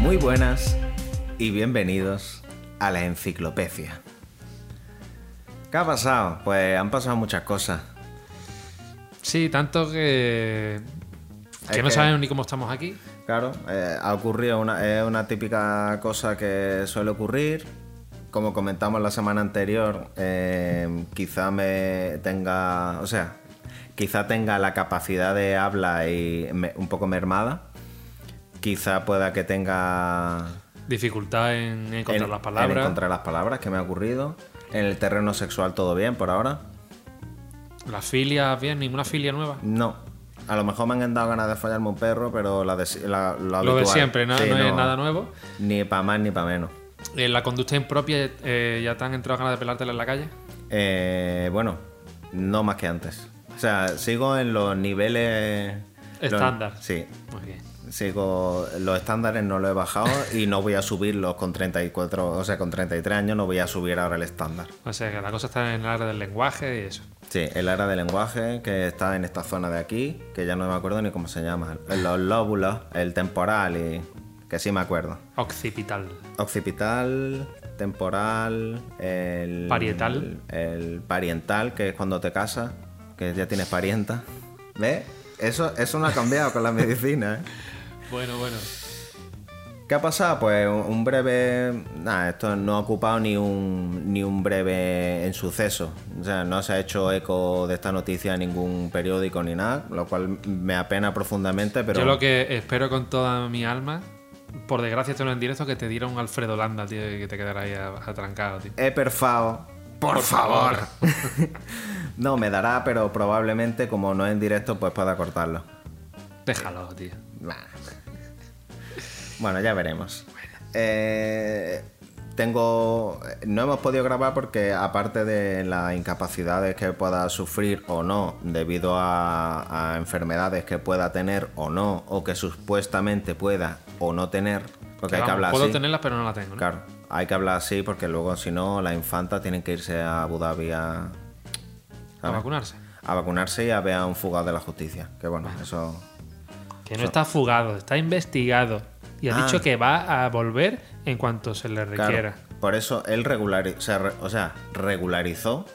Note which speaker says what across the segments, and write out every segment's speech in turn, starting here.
Speaker 1: Muy buenas y bienvenidos a la enciclopecia. ¿Qué ha pasado? Pues han pasado muchas cosas.
Speaker 2: Sí, tanto que.
Speaker 1: Es
Speaker 2: que no
Speaker 1: que-
Speaker 2: sabemos ni cómo estamos aquí.
Speaker 1: Claro, eh, ha ocurrido una, es una típica cosa que suele ocurrir. Como comentamos la semana anterior, eh, quizá me tenga, o sea, quizá tenga la capacidad de habla y me- un poco mermada. Quizá pueda que tenga
Speaker 2: Dificultad en encontrar
Speaker 1: en-
Speaker 2: las
Speaker 1: En
Speaker 2: palabras.
Speaker 1: encontrar las palabras que me ha ocurrido. En el terreno sexual todo bien por ahora.
Speaker 2: Las filias, bien, ninguna filia nueva.
Speaker 1: No. A lo mejor me han dado ganas de fallarme un perro, pero la de, si- la,
Speaker 2: Lo de
Speaker 1: habitual.
Speaker 2: siempre, na-
Speaker 1: Sí,
Speaker 2: no, es nada nuevo.
Speaker 1: Ni para más ni para menos.
Speaker 2: Eh, la conducta impropia, eh, ya te han entrado ganas de pelártela en la calle.
Speaker 1: Eh, bueno, no más que antes. O sea, sigo en los niveles... los-
Speaker 2: Estándar.
Speaker 1: sí.
Speaker 2: Muy bien.
Speaker 1: Sigo, los estándares no los he bajado y no voy a subirlos con 34, o sea, con 33 años no voy a subir ahora el estándar.
Speaker 2: O sea que la cosa está en el área del lenguaje y eso.
Speaker 1: Sí, el área del lenguaje que está en esta zona de aquí, que ya no me acuerdo ni cómo se llama. Los lóbulos, el temporal y. que sí me acuerdo.
Speaker 2: Occipital.
Speaker 1: Occipital, temporal, el.
Speaker 2: Parietal.
Speaker 1: El, pariental, que es cuando te casas, que ya tienes parienta. ¿Ves? Eso, eso no ha cambiado con la medicina, ¿eh?
Speaker 2: Bueno, bueno.
Speaker 1: ¿Qué ha pasado? Pues un- un breve. Nada, esto no ha ocupado ni un, ni un breve en suceso. O sea, no se ha hecho eco de esta noticia en ningún periódico ni nada, lo cual me apena profundamente, pero.
Speaker 2: Yo lo que espero con toda mi alma, por desgracia esto no es en directo, que te diera un Alfredo Landa, tío, y que te quedara ahí a- atrancado, tío.
Speaker 1: He perfao. ¡Por, favor! no, me dará, pero probablemente, como no es en directo, pues pueda cortarlo.
Speaker 2: Déjalo, tío.
Speaker 1: Nah. Bueno, ya veremos. Eh, tengo. No hemos podido grabar porque, aparte de las incapacidades que pueda sufrir o no, debido a, a enfermedades que pueda tener o no, o que supuestamente pueda o no tener, porque hay que
Speaker 2: Vamos,
Speaker 1: hablar
Speaker 2: puedo
Speaker 1: así.
Speaker 2: tenerlas, pero no la tengo. ¿no?
Speaker 1: Claro, hay que hablar así porque luego, si no, la infanta tienen que irse a Abu Dhabi a,
Speaker 2: A vacunarse.
Speaker 1: a vacunarse y a ver a un fugado de la justicia. Que bueno, eso.
Speaker 2: Que no está fugado, está investigado. Y ha
Speaker 1: Ah.
Speaker 2: dicho que va a volver en cuanto se le
Speaker 1: Claro,
Speaker 2: requiera.
Speaker 1: por eso él regulari- se re- o sea, regularizó,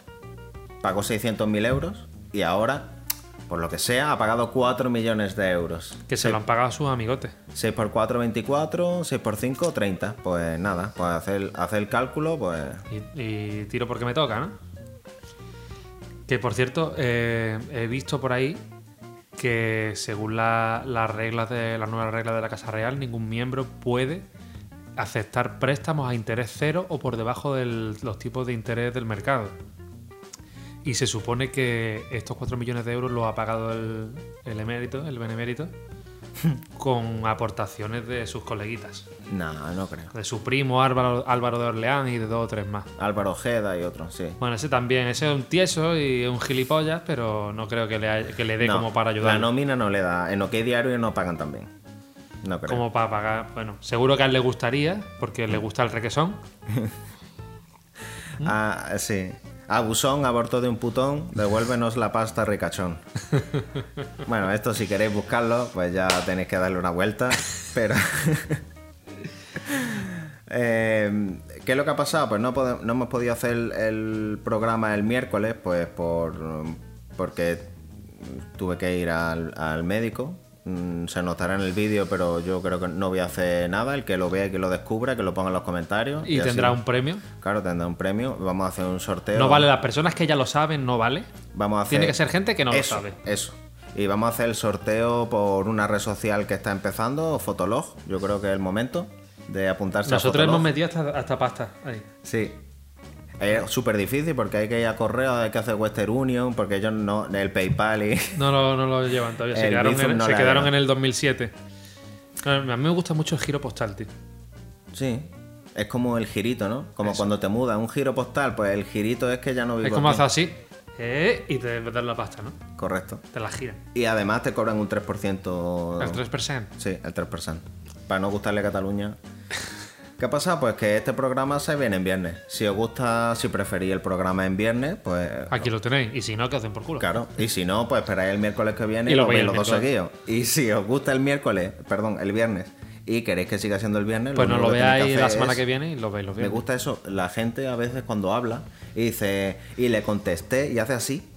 Speaker 1: pagó 600.000 euros y ahora, por lo que sea, ha pagado 4 millones de euros.
Speaker 2: Que se lo han pagado sus amigotes.
Speaker 1: 6 por 4, 24, 6 por 5, 30. Pues nada, pues hacer, hacer el cálculo, pues...
Speaker 2: Y, y tiro porque me toca, ¿no? Que por cierto, eh, he visto por ahí que según la- las reglas de las nuevas reglas de la Casa Real, ningún miembro puede aceptar préstamos a interés cero o por debajo de los tipos de interés del mercado. Y se supone que estos 4 millones de euros los ha pagado el, el emérito, el benemérito, con aportaciones de sus coleguitas,
Speaker 1: No, no creo.
Speaker 2: de su primo Álvaro, Álvaro de Orleán y de dos o tres más.
Speaker 1: Álvaro Ojeda y otros, sí.
Speaker 2: Bueno, ese también, ese es un tieso y un gilipollas, pero no creo que le, hay- que le dé
Speaker 1: No,
Speaker 2: como para
Speaker 1: La
Speaker 2: ayudar.
Speaker 1: nómina no le da. En OK Diario no pagan también. No creo.
Speaker 2: Como para pagar. Bueno, seguro que a él le gustaría, porque
Speaker 1: Mm.
Speaker 2: le gusta el requesón. ¿Mm?
Speaker 1: Ah, sí. Abusón, aborto de un putón, devuélvenos la pasta ricachón. bueno, esto si queréis buscarlo, pues ya tenéis que darle una vuelta. Pero. Eh, ¿Qué es lo que ha pasado? Pues no, pode- no hemos podido hacer el, el programa el miércoles, pues por porque tuve que ir al, al médico. Mm, Se notará en el vídeo, pero yo creo que no voy a hacer nada. El que lo vea y que lo descubra, que lo ponga en los comentarios.
Speaker 2: Y,
Speaker 1: así-
Speaker 2: tendrá un premio.
Speaker 1: Claro, tendrá un premio. Vamos a hacer un sorteo.
Speaker 2: No vale, las personas que ya lo saben, no vale.
Speaker 1: Vamos a hacer...
Speaker 2: Tiene que ser gente que no lo
Speaker 1: Eso,
Speaker 2: sabe.
Speaker 1: Eso. Y vamos a hacer el sorteo por una red social que está empezando, Fotolog. Yo creo que es el momento de apuntarse a
Speaker 2: Nosotros
Speaker 1: Fotolog.
Speaker 2: hemos metido hasta, hasta pasta ahí.
Speaker 1: Sí. Es súper difícil porque hay que ir a correo, hay que hacer Western Union, porque ellos no. El PayPal y.
Speaker 2: No lo, no lo llevan todavía, se
Speaker 1: El
Speaker 2: quedaron,
Speaker 1: Bizum
Speaker 2: en,
Speaker 1: no
Speaker 2: se
Speaker 1: la
Speaker 2: quedaron
Speaker 1: llevan.
Speaker 2: en el 2007. A mí me gusta mucho el giro postal, tío.
Speaker 1: Sí. Es como el girito, ¿no? Como cuando te mudas, un giro postal, pues el girito es que ya no vivo
Speaker 2: Es como
Speaker 1: aquí.
Speaker 2: hacer así eh, y te dan la pasta, ¿no?
Speaker 1: Correcto.
Speaker 2: Te la giran.
Speaker 1: Y además te cobran un 3%.
Speaker 2: El 3%.
Speaker 1: Sí, el 3%. Para no gustarle a Cataluña. ¿Qué pasa? Pues que este programa se viene en viernes. Si os gusta, si preferís el programa en viernes, pues.
Speaker 2: Aquí lo tenéis. Y si no, que hacen por culo.
Speaker 1: Claro. Y si no, pues esperáis el miércoles que viene
Speaker 2: Y
Speaker 1: y
Speaker 2: lo
Speaker 1: lo veis
Speaker 2: veis el
Speaker 1: los dos seguidos. Y si os gusta el miércoles, perdón, el viernes, y queréis que siga siendo el viernes.
Speaker 2: Pues no
Speaker 1: único
Speaker 2: lo
Speaker 1: que tenéis que
Speaker 2: veáis
Speaker 1: hacer
Speaker 2: la semana
Speaker 1: es-
Speaker 2: que viene y lo veis los
Speaker 1: Me
Speaker 2: viernes.
Speaker 1: gusta eso. La gente a veces cuando habla y dice, y le contesté y hace así.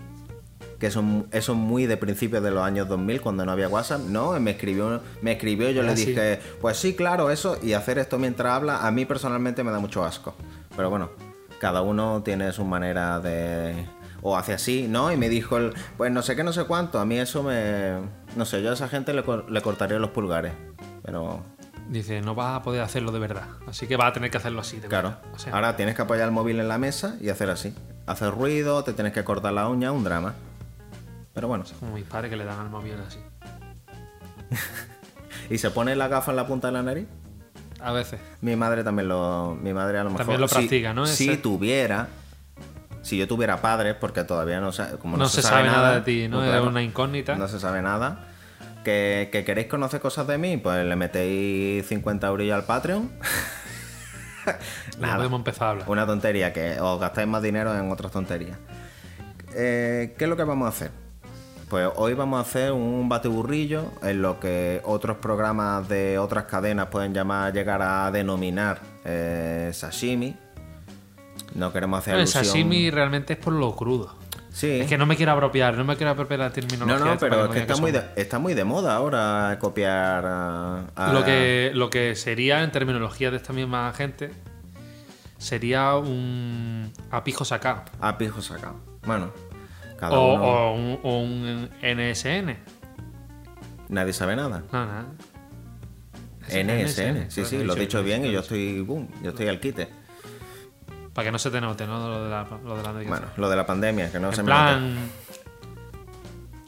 Speaker 1: Que eso, eso es muy de principios de los años 2000, cuando no había WhatsApp. No, me escribió, me escribió yo
Speaker 2: Ah,
Speaker 1: le
Speaker 2: sí.
Speaker 1: dije, pues sí, claro, eso. Y hacer esto mientras habla, a mí personalmente me da mucho asco. Pero bueno, cada uno tiene su manera de... O hace así, ¿no? Y me dijo, el, pues no sé qué, no sé cuánto. A mí eso me... No sé, yo a esa gente le, cor- le cortaría los pulgares. Pero
Speaker 2: Dice, no vas a poder hacerlo de verdad. Así que vas a tener que hacerlo así. de
Speaker 1: Claro.
Speaker 2: verdad. O sea,
Speaker 1: Ahora tienes que apoyar el móvil en la mesa y hacer así. Hacer ruido, te tienes que cortar la uña, un drama. Pero bueno.
Speaker 2: como mis padres que le dan al móvil así.
Speaker 1: ¿Y se pone la gafa en la punta de la nariz?
Speaker 2: A veces.
Speaker 1: Mi madre también lo. Mi madre a lo mejor.
Speaker 2: También lo
Speaker 1: si-
Speaker 2: practica, ¿no?
Speaker 1: Si
Speaker 2: Ese-
Speaker 1: tuviera. Si yo tuviera padres, porque todavía no, sa- como
Speaker 2: No, se, sabe nada, de ti, ¿no?
Speaker 1: pues
Speaker 2: Es
Speaker 1: claro,
Speaker 2: una incógnita.
Speaker 1: No se sabe nada. ¿Que, que queréis conocer cosas de mí? Pues le metéis 50 eurillos al Patreon.
Speaker 2: Ya podemos empezar a hablar.
Speaker 1: Una tontería, que os gastáis más dinero en otras tonterías. Eh, ¿Qué es lo que vamos a hacer? Pues hoy vamos a hacer un batiburrillo en lo que otros programas de otras cadenas pueden llamar, llegar a denominar eh, sashimi. No queremos hacer
Speaker 2: Pero el
Speaker 1: alusión...
Speaker 2: sashimi realmente es por lo crudo.
Speaker 1: Sí.
Speaker 2: Es que no me quiero apropiar, no me quiero apropiar la terminología.
Speaker 1: no, no,
Speaker 2: esta para
Speaker 1: pero es
Speaker 2: no
Speaker 1: que
Speaker 2: diga
Speaker 1: está muy,
Speaker 2: somos-
Speaker 1: de, está muy de moda ahora copiar a, a-
Speaker 2: Lo que, lo que sería, en terminología de esta misma gente, sería un apijo sacado.
Speaker 1: a pijo sacado. Bueno,
Speaker 2: O,
Speaker 1: cada uno...
Speaker 2: o un, o un NSN.
Speaker 1: Nadie sabe nada.
Speaker 2: No, nada.
Speaker 1: NSN, sí, sí, lo he dicho bien y yo
Speaker 2: yo
Speaker 1: estoy, boom, yo estoy al quite.
Speaker 2: Para que no se te note, ¿no? Lo de la, lo de la dedicación.
Speaker 1: Bueno, lo de la pandemia, que no se
Speaker 2: en
Speaker 1: me nota.
Speaker 2: plan.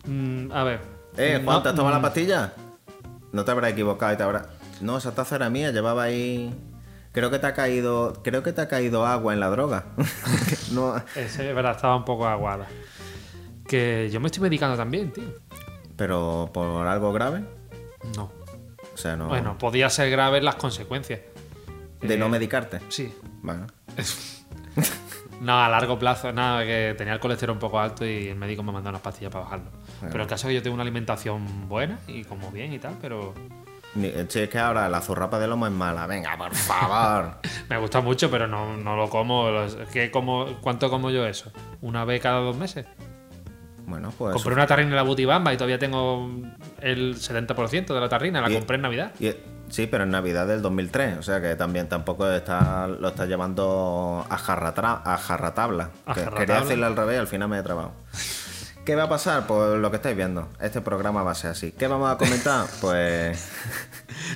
Speaker 2: Mm, a ver.
Speaker 1: Eh, Juan,
Speaker 2: no- mm.
Speaker 1: ¿te has tomado la pastilla? No te habrás equivocado y te habrá... No, esa taza era mía, llevaba ahí... Creo que te ha caído, creo que te ha caído agua en la droga. no,
Speaker 2: Ese, es verdad, estaba un poco aguada. Que yo me estoy medicando también, tío.
Speaker 1: pero por algo grave,
Speaker 2: No.
Speaker 1: o sea, no
Speaker 2: Bueno, podía ser graves las consecuencias.
Speaker 1: de no
Speaker 2: eh,
Speaker 1: medicarte.
Speaker 2: Sí.
Speaker 1: Bueno,
Speaker 2: No, a largo plazo, nada, que tenía el colesterol un poco alto y el médico me mandó unas pastillas para bajarlo. Pero el caso es que yo tengo una alimentación buena y como bien y tal, pero
Speaker 1: ni- eh, si es que ahora la zurrapa de lomo es mala. Venga, por favor.
Speaker 2: me gusta mucho, pero no, no lo como. Los- ¿qué como. ¿Cuánto como yo eso? ¿Una vez cada dos meses?
Speaker 1: bueno, pues
Speaker 2: compré una tarrina en la Butibamba y todavía tengo el 70% de la tarrina, la
Speaker 1: Y-
Speaker 2: compré en Navidad.
Speaker 1: Y- sí, pero en Navidad del 2003, o sea que también tampoco está, lo está llamando a, jarratra, a jarratabla.
Speaker 2: A
Speaker 1: Que-
Speaker 2: jarratabla.
Speaker 1: Quería decirlo al revés, al final me he trabado. ¿Qué va a pasar? Pues lo que estáis viendo. Este programa va a ser así. ¿Qué vamos a comentar? Pues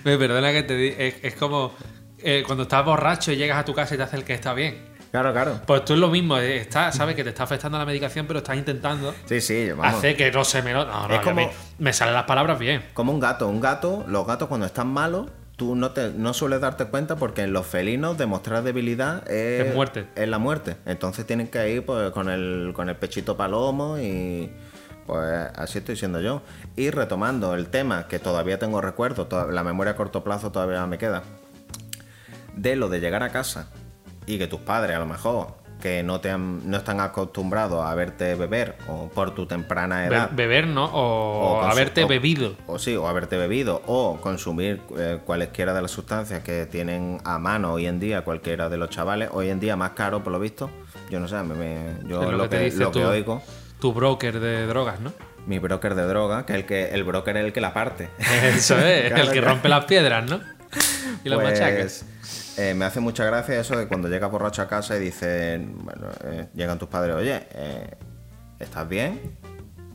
Speaker 2: Me perdona que te di, es, es como eh, cuando estás borracho y llegas a tu casa y te hace el que está bien.
Speaker 1: claro, claro.
Speaker 2: Pues tú es lo mismo, eh, está, sabes que te está afectando la medicación, pero estás intentando
Speaker 1: Sí, sí, vamos.
Speaker 2: hacer que no se me note. No, no,
Speaker 1: Es
Speaker 2: yo a mí-
Speaker 1: como-
Speaker 2: me salen las palabras bien.
Speaker 1: Como un gato, un gato, los gatos cuando están malos, tú no te no sueles darte cuenta porque en los felinos demostrar debilidad es,
Speaker 2: Es muerte.
Speaker 1: es la muerte. Entonces tienen que ir pues, con el con el pechito palomo y pues así estoy siendo yo. Y retomando el tema que todavía tengo recuerdo, to- la memoria a corto plazo todavía me queda de lo de llegar a casa y que tus padres a lo mejor que no te han- no están acostumbrados a verte beber o por tu temprana
Speaker 2: Be-
Speaker 1: edad
Speaker 2: beber, ¿no?
Speaker 1: O
Speaker 2: O,
Speaker 1: con su-
Speaker 2: haberte
Speaker 1: o-
Speaker 2: bebido.
Speaker 1: o sí, o haberte bebido, o consumir eh, cualesquiera de las sustancias que tienen a mano hoy en día cualquiera de los chavales, hoy en día más caro por lo visto, yo no sé, me- me- yo
Speaker 2: Es
Speaker 1: lo, que,
Speaker 2: dice
Speaker 1: lo que
Speaker 2: tu-
Speaker 1: oigo,
Speaker 2: Tu broker de drogas, ¿no?
Speaker 1: mi broker de droga, que el que el broker es el que la parte.
Speaker 2: Eso es,
Speaker 1: Claro,
Speaker 2: el que
Speaker 1: claro.
Speaker 2: rompe las piedras, ¿no? Y las
Speaker 1: Pues,
Speaker 2: machacas.
Speaker 1: eh, me hace mucha gracia eso de cuando llegas borracho a casa y dicen, bueno, eh, llegan tus padres, oye, eh, ¿estás bien?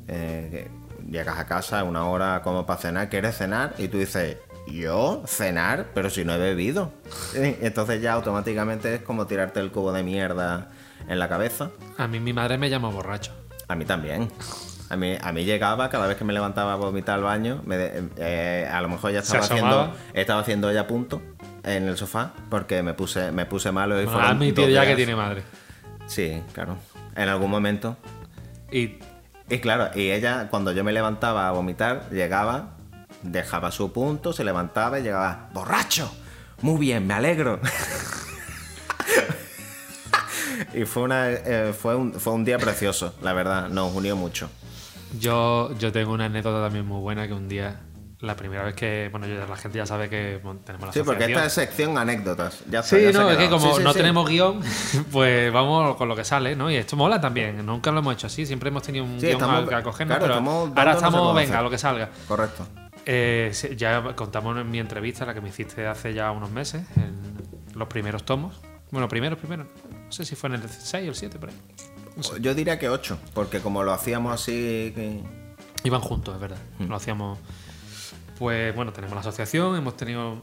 Speaker 1: Eh, que llegas a casa una hora como para cenar, ¿quieres cenar? Y tú dices, ¿yo? ¿Cenar? Pero si no he bebido. Eh, Entonces ya automáticamente es como tirarte el cubo de mierda en la cabeza.
Speaker 2: A mí mi madre me llama borracho.
Speaker 1: A mí también. A mí, a mí llegaba, cada vez que me levantaba a vomitar al baño, me de- eh, a lo mejor ya
Speaker 2: Se
Speaker 1: estaba
Speaker 2: asomaba.
Speaker 1: haciendo, estaba haciendo ya punto en el sofá porque me puse, me puse malo y
Speaker 2: Me lo ha
Speaker 1: fueron
Speaker 2: admitido
Speaker 1: dos
Speaker 2: ya que
Speaker 1: días.
Speaker 2: tiene madre.
Speaker 1: Sí, claro. En algún momento.
Speaker 2: Y
Speaker 1: Y claro, y ella, cuando yo me levantaba a vomitar, llegaba, dejaba su punto, se levantaba y llegaba, ¡borracho! Muy bien, me alegro. y fue, una, eh, fue, un, fue un día precioso, la verdad, nos unió mucho.
Speaker 2: yo, yo tengo una anécdota también muy buena que un día la primera vez que. Bueno, yo- la gente ya sabe que bueno, tenemos la
Speaker 1: Sí, porque esta
Speaker 2: asociación.
Speaker 1: es sección anécdotas. Ya está,
Speaker 2: Sí,
Speaker 1: ya se
Speaker 2: no,
Speaker 1: ha
Speaker 2: es que
Speaker 1: quedado.
Speaker 2: como
Speaker 1: Sí, sí,
Speaker 2: no
Speaker 1: sí.
Speaker 2: tenemos guión, pues vamos con lo que sale, ¿no? Y esto mola también. Nunca lo hemos hecho así, siempre hemos tenido un
Speaker 1: Sí,
Speaker 2: guión
Speaker 1: estamos-
Speaker 2: al que acogernos,
Speaker 1: claro,
Speaker 2: pero
Speaker 1: estamos
Speaker 2: ahora
Speaker 1: dándonos a
Speaker 2: estamos,
Speaker 1: conocer.
Speaker 2: venga, lo que salga.
Speaker 1: Correcto.
Speaker 2: Eh, sí, ya contamos en mi entrevista, la que me hiciste hace ya unos meses, en los primeros tomos. Bueno, primeros, primeros. No sé si fue en el 6 o el 7, por ahí.
Speaker 1: Yo diría que 8, porque como lo hacíamos así. que-
Speaker 2: Iban juntos, es verdad.
Speaker 1: Mm.
Speaker 2: Lo hacíamos. Pues bueno, tenemos la asociación, hemos tenido.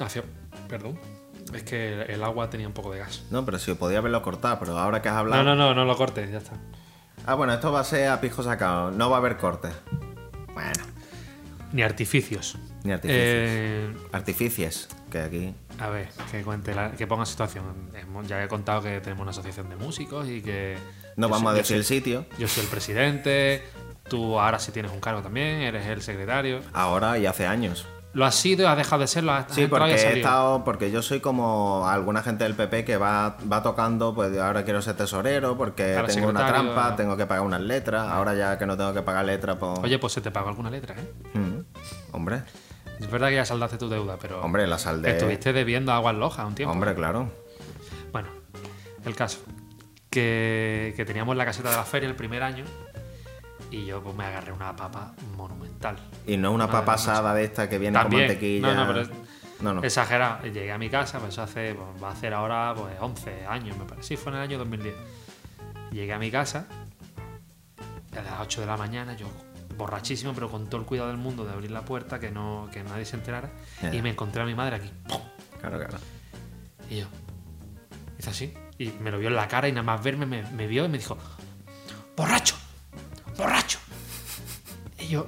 Speaker 2: hacia- Perdón. Es que el- el agua tenía un poco de gas.
Speaker 1: No, pero sí, podía haberlo cortado, pero ahora que has
Speaker 2: No,
Speaker 1: hablado.
Speaker 2: no, no, no lo cortes, ya está.
Speaker 1: Ah, bueno, esto va a ser a pijo sacado. No va a haber cortes. Bueno,
Speaker 2: Ni artificios.
Speaker 1: ni artificios.
Speaker 2: Eh,
Speaker 1: Artificies, que aquí.
Speaker 2: a ver, que cuente, la- que ponga situación. Hemos- Ya he contado que tenemos una asociación de músicos y que.
Speaker 1: No
Speaker 2: yo
Speaker 1: vamos
Speaker 2: soy-
Speaker 1: a
Speaker 2: yo
Speaker 1: decir el
Speaker 2: soy-
Speaker 1: sitio.
Speaker 2: Yo soy el presidente, tú ahora sí tienes un cargo también, eres el secretario.
Speaker 1: Ahora y hace años.
Speaker 2: Lo has sido y has dejado de serlo. has- has
Speaker 1: Sí,
Speaker 2: entrado y
Speaker 1: porque
Speaker 2: has
Speaker 1: he
Speaker 2: salido.
Speaker 1: estado, porque yo soy como alguna gente del PP que va, va tocando, pues ahora quiero ser tesorero porque
Speaker 2: Ahora
Speaker 1: tengo una
Speaker 2: secretario,
Speaker 1: trampa,
Speaker 2: ¿no?
Speaker 1: tengo que pagar unas letras, ahora ya que no tengo que pagar letras, pues...
Speaker 2: Oye, pues se te pagó alguna letra, ¿eh?
Speaker 1: Mm, hombre,
Speaker 2: Es verdad que ya saldaste tu deuda, pero.
Speaker 1: hombre, la sal de...
Speaker 2: Estuviste debiendo agua en Loja un tiempo.
Speaker 1: Hombre, claro.
Speaker 2: Bueno, el caso. Que, que teníamos la caseta de la feria el primer año y yo pues, me agarré una papa monumental.
Speaker 1: Y no una
Speaker 2: Madre
Speaker 1: papa
Speaker 2: mía.
Speaker 1: asada de esta que viene
Speaker 2: También.
Speaker 1: con mantequilla.
Speaker 2: No, no, pero es-
Speaker 1: No, no.
Speaker 2: Exagerado. Llegué a mi casa, pues hace, pues, va a hacer ahora pues, 11 años, me parece. Sí, fue en el año 2010. Llegué a mi casa a las 8 de la mañana, yo borrachísimo, pero con todo el cuidado del mundo de abrir la puerta, que, no, que nadie se enterara.
Speaker 1: Ya.
Speaker 2: Y me encontré a mi madre aquí. ¡Pum!
Speaker 1: Claro, claro.
Speaker 2: Y yo, hizo así. Y me lo vio en la cara y nada más verme me, me vio y me dijo, borracho, borracho. Y yo,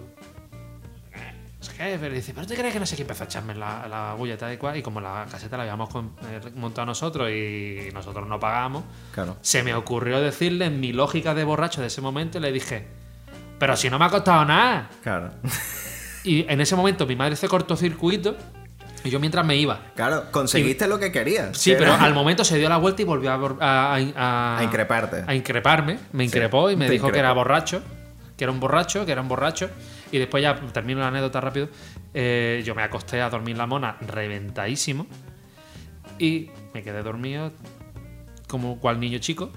Speaker 2: no sé qué, pero dice, pero tú crees que no sé quién empezó a echarme la, la bulla y tal y cual. Y como la caseta la habíamos con- eh, montado nosotros y nosotros no pagamos,
Speaker 1: Claro.
Speaker 2: se me ocurrió decirle en mi lógica de borracho de ese momento, le dije, pero si no me ha costado nada.
Speaker 1: Claro.
Speaker 2: Y en ese momento mi madre se cortocircuito y yo mientras me iba.
Speaker 1: Claro, conseguiste lo que querías.
Speaker 2: Sí,
Speaker 1: que
Speaker 2: pero
Speaker 1: era
Speaker 2: al momento se dio la vuelta y volvió a, bor- a, a-
Speaker 1: A increparte.
Speaker 2: a increparme. Me increpó y me
Speaker 1: te
Speaker 2: dijo que
Speaker 1: increpó.
Speaker 2: era borracho, que era un borracho, que era un borracho. Y después ya termino la anécdota rápido. Eh, yo me acosté a dormir la mona reventadísimo y me quedé dormido como cual niño chico.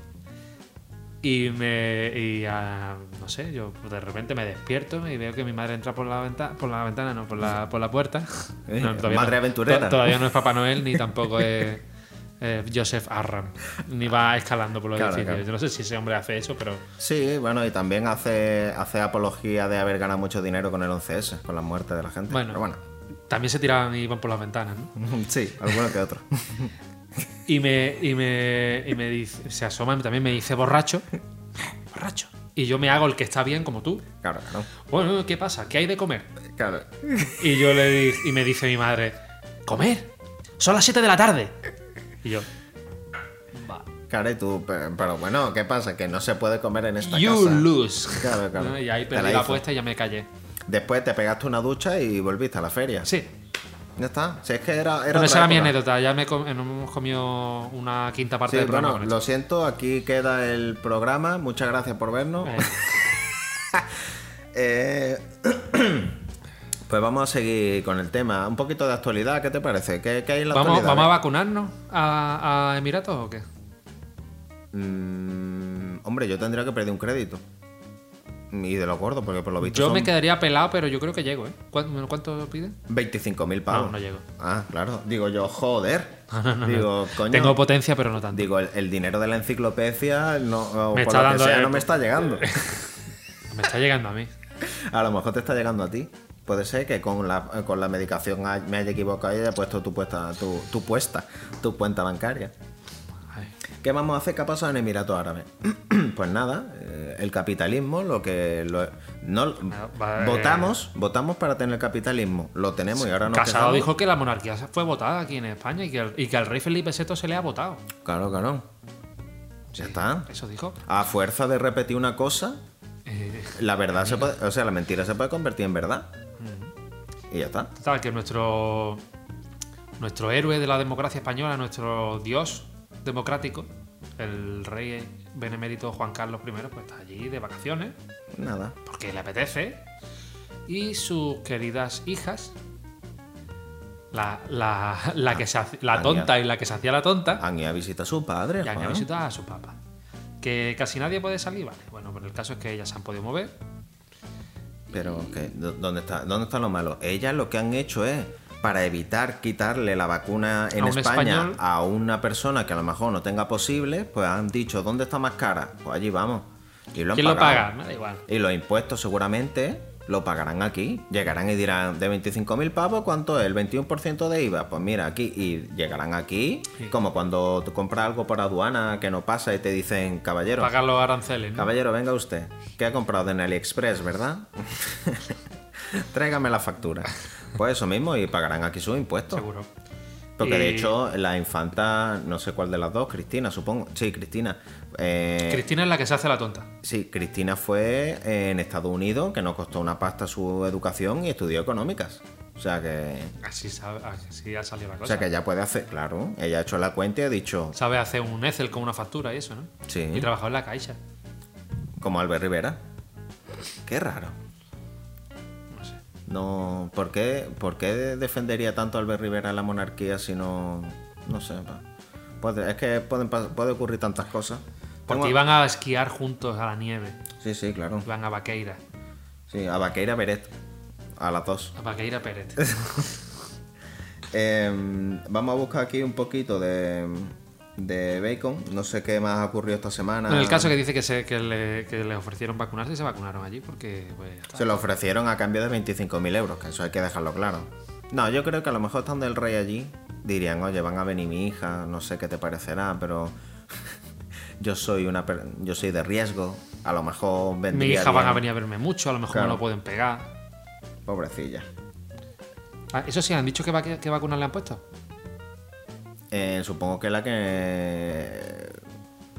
Speaker 2: Y me. y, ah, no sé, yo de repente me despierto y veo que mi madre entra por la ventana. Por la ventana, no, por la, por la puerta.
Speaker 1: Eh,
Speaker 2: No, todavía
Speaker 1: madre
Speaker 2: no.
Speaker 1: aventurera.
Speaker 2: To- Todavía no es Papá Noel ni tampoco es. eh, Joseph Arran ni va escalando por los
Speaker 1: Claro,
Speaker 2: edificios.
Speaker 1: claro.
Speaker 2: Yo no sé si ese hombre hace eso, pero
Speaker 1: Sí, bueno, y también hace, hace apología de haber ganado mucho dinero con el 11S, con las muertes de la gente.
Speaker 2: Bueno.
Speaker 1: Pero bueno,
Speaker 2: también se tiraban y iban por las ventanas. ¿no?
Speaker 1: sí, alguno que otro.
Speaker 2: Y me, y me, y me dice, se asoma y también me dice borracho. Borracho. Y yo me hago el que está bien, como tú.
Speaker 1: Claro, claro.
Speaker 2: Bueno, ¿qué pasa? ¿Qué hay de comer?
Speaker 1: Claro.
Speaker 2: Y yo le dije, y me dice mi madre, ¿comer? Son las 7 de la tarde. Y yo, "Va,
Speaker 1: Claro, y tú, pero, pero bueno, ¿qué pasa? Que no se puede comer en esta
Speaker 2: you
Speaker 1: casa.
Speaker 2: lose.
Speaker 1: Claro, claro.
Speaker 2: Y ahí
Speaker 1: Te
Speaker 2: perdí
Speaker 1: la
Speaker 2: la,
Speaker 1: hizo.
Speaker 2: apuesta y ya me callé.
Speaker 1: Después te pegaste una ducha y volviste a la feria.
Speaker 2: Sí,
Speaker 1: Ya está. Si es que era. era
Speaker 2: pero
Speaker 1: otra
Speaker 2: esa era mi
Speaker 1: época.
Speaker 2: anécdota. Ya me com- eh, hemos comido una quinta parte
Speaker 1: Sí,
Speaker 2: del programa.
Speaker 1: bueno,
Speaker 2: con
Speaker 1: lo siento, aquí queda el programa. Muchas gracias por vernos.
Speaker 2: esto. Eh,
Speaker 1: Eh, pues vamos a seguir con el tema. Un poquito de actualidad, ¿qué te parece? ¿Qué, qué hay en la
Speaker 2: ¿vamos,
Speaker 1: actualidad?
Speaker 2: ¿Vamos a vacunarnos a, a Emiratos o qué?
Speaker 1: Mm, hombre, yo tendría que perder un crédito. Y de lo gordo, porque por lo visto
Speaker 2: Yo
Speaker 1: son
Speaker 2: me quedaría pelado, pero yo creo que llego, ¿eh? ¿Cuánto, cuánto piden?
Speaker 1: 25.000 pavos.
Speaker 2: No, no llego.
Speaker 1: Ah, claro. Digo yo, joder. Digo, coño.
Speaker 2: Tengo potencia, pero no tanto.
Speaker 1: Digo, el, el dinero de la enciclopedia no, o
Speaker 2: Me
Speaker 1: por
Speaker 2: está
Speaker 1: lo que
Speaker 2: dando eh,
Speaker 1: sea,
Speaker 2: el-
Speaker 1: no me está llegando.
Speaker 2: Me está llegando a mí.
Speaker 1: A lo mejor te está llegando a ti. Puede ser que con la, con la medicación hay- me haya equivocado y haya puesto tu puesta, tu, tu puesta, tu cuenta bancaria.
Speaker 2: Ay.
Speaker 1: ¿Qué vamos a hacer? ¿Qué ha pasado en Emiratos Árabes? pues nada, eh, el capitalismo, lo que. lo- no,
Speaker 2: va, eh.
Speaker 1: votamos, votamos para tener capitalismo. Lo tenemos y ahora Ah, no.
Speaker 2: Casado dijo que la monarquía fue votada aquí en España y que, el- y que al rey Felipe VI se le ha votado.
Speaker 1: Claro, claro. Ya está.
Speaker 2: Eso dijo.
Speaker 1: A fuerza de repetir una cosa,
Speaker 2: Eh,
Speaker 1: la verdad se puede. O sea, la mentira se puede convertir en verdad. Y ya está.
Speaker 2: total, que nuestro, nuestro héroe de la democracia española, nuestro dios democrático, el rey benemérito Juan Carlos I, pues está allí de vacaciones,
Speaker 1: Nada.
Speaker 2: porque le apetece. y sus queridas hijas, la, la, la que se hace- la
Speaker 1: Anya.
Speaker 2: tonta y la que se hacía la tonta,
Speaker 1: Anya visita a su padre.
Speaker 2: y han
Speaker 1: Ah, Juan.
Speaker 2: visitado a su papá. Que casi nadie puede salir, vale. Bueno, pero el caso es que ellas se han podido mover.
Speaker 1: Pero que, ¿dó- ¿dónde está, dónde está lo malo? Ellas lo que han hecho es para evitar quitarle la vacuna en
Speaker 2: A un
Speaker 1: España
Speaker 2: español.
Speaker 1: a una persona que a lo mejor no tenga posible, pues han dicho dónde está más cara. Pues allí vamos. Y lo han
Speaker 2: ¿Quién lo
Speaker 1: pagado.
Speaker 2: paga? Me da igual.
Speaker 1: Y los impuestos seguramente lo pagarán aquí. Llegarán y dirán, de 25.000 pavos, ¿cuánto es? El 21% de IVA. Pues mira, aquí. Y llegarán aquí, como cuando tú compras algo por aduana que no pasa y te dicen, caballero,
Speaker 2: Pagar los aranceles, ¿no?
Speaker 1: caballero, venga usted. ¿Qué ha comprado en AliExpress, verdad? Tráigame la factura. Pues eso mismo, y pagarán aquí sus impuestos.
Speaker 2: Seguro.
Speaker 1: Porque de
Speaker 2: Y
Speaker 1: hecho, la infanta, no sé cuál de las dos, Cristina, supongo. Sí, Cristina. Eh,
Speaker 2: Cristina es la que se hace la tonta.
Speaker 1: Sí, Cristina fue eh, en Estados Unidos, que no costó una pasta su educación y estudió económicas. O sea que.
Speaker 2: Así, sabe, así ha salido la cosa.
Speaker 1: O sea que ella puede hacer, claro, ella ha hecho la cuenta y ha dicho,
Speaker 2: Sabe hacer un Excel con una factura y eso, ¿no?
Speaker 1: Sí.
Speaker 2: Y trabajaba en la caixa.
Speaker 1: como Albert Rivera. Qué raro.
Speaker 2: No sé.
Speaker 1: No. ¿Por qué, por qué defendería tanto Albert Rivera la monarquía si no. No sé. pa- Puede, es que pueden, pas- puede ocurrir tantas cosas.
Speaker 2: Porque
Speaker 1: Tengo-
Speaker 2: iban a esquiar juntos a la nieve.
Speaker 1: Sí, sí, claro.
Speaker 2: Iban a Vaqueira.
Speaker 1: Sí, a Vaqueira Beret. A las dos.
Speaker 2: A Vaqueira Pérez.
Speaker 1: Eh, vamos a buscar aquí un poquito de, de bacon. No sé qué más ha ocurrido esta semana.
Speaker 2: En el caso que dice que, se, que, le, que le ofrecieron vacunarse, se vacunaron allí porque... pues, ya está.
Speaker 1: Se lo ofrecieron a cambio de 25.000 euros, que eso hay que dejarlo claro. No, yo creo que a lo mejor estando el rey allí, dirían, oye, van a venir mi hija, no sé qué te parecerá, pero yo soy una per- yo soy de riesgo. A lo mejor
Speaker 2: Mi
Speaker 1: vendría
Speaker 2: hija van
Speaker 1: bien.
Speaker 2: a venir a verme mucho, a lo mejor
Speaker 1: Claro.
Speaker 2: me lo pueden pegar.
Speaker 1: Pobrecilla.
Speaker 2: Ah, Eso sí, ¿han dicho qué, va- qué vacunas le han puesto?
Speaker 1: Eh, supongo que la que...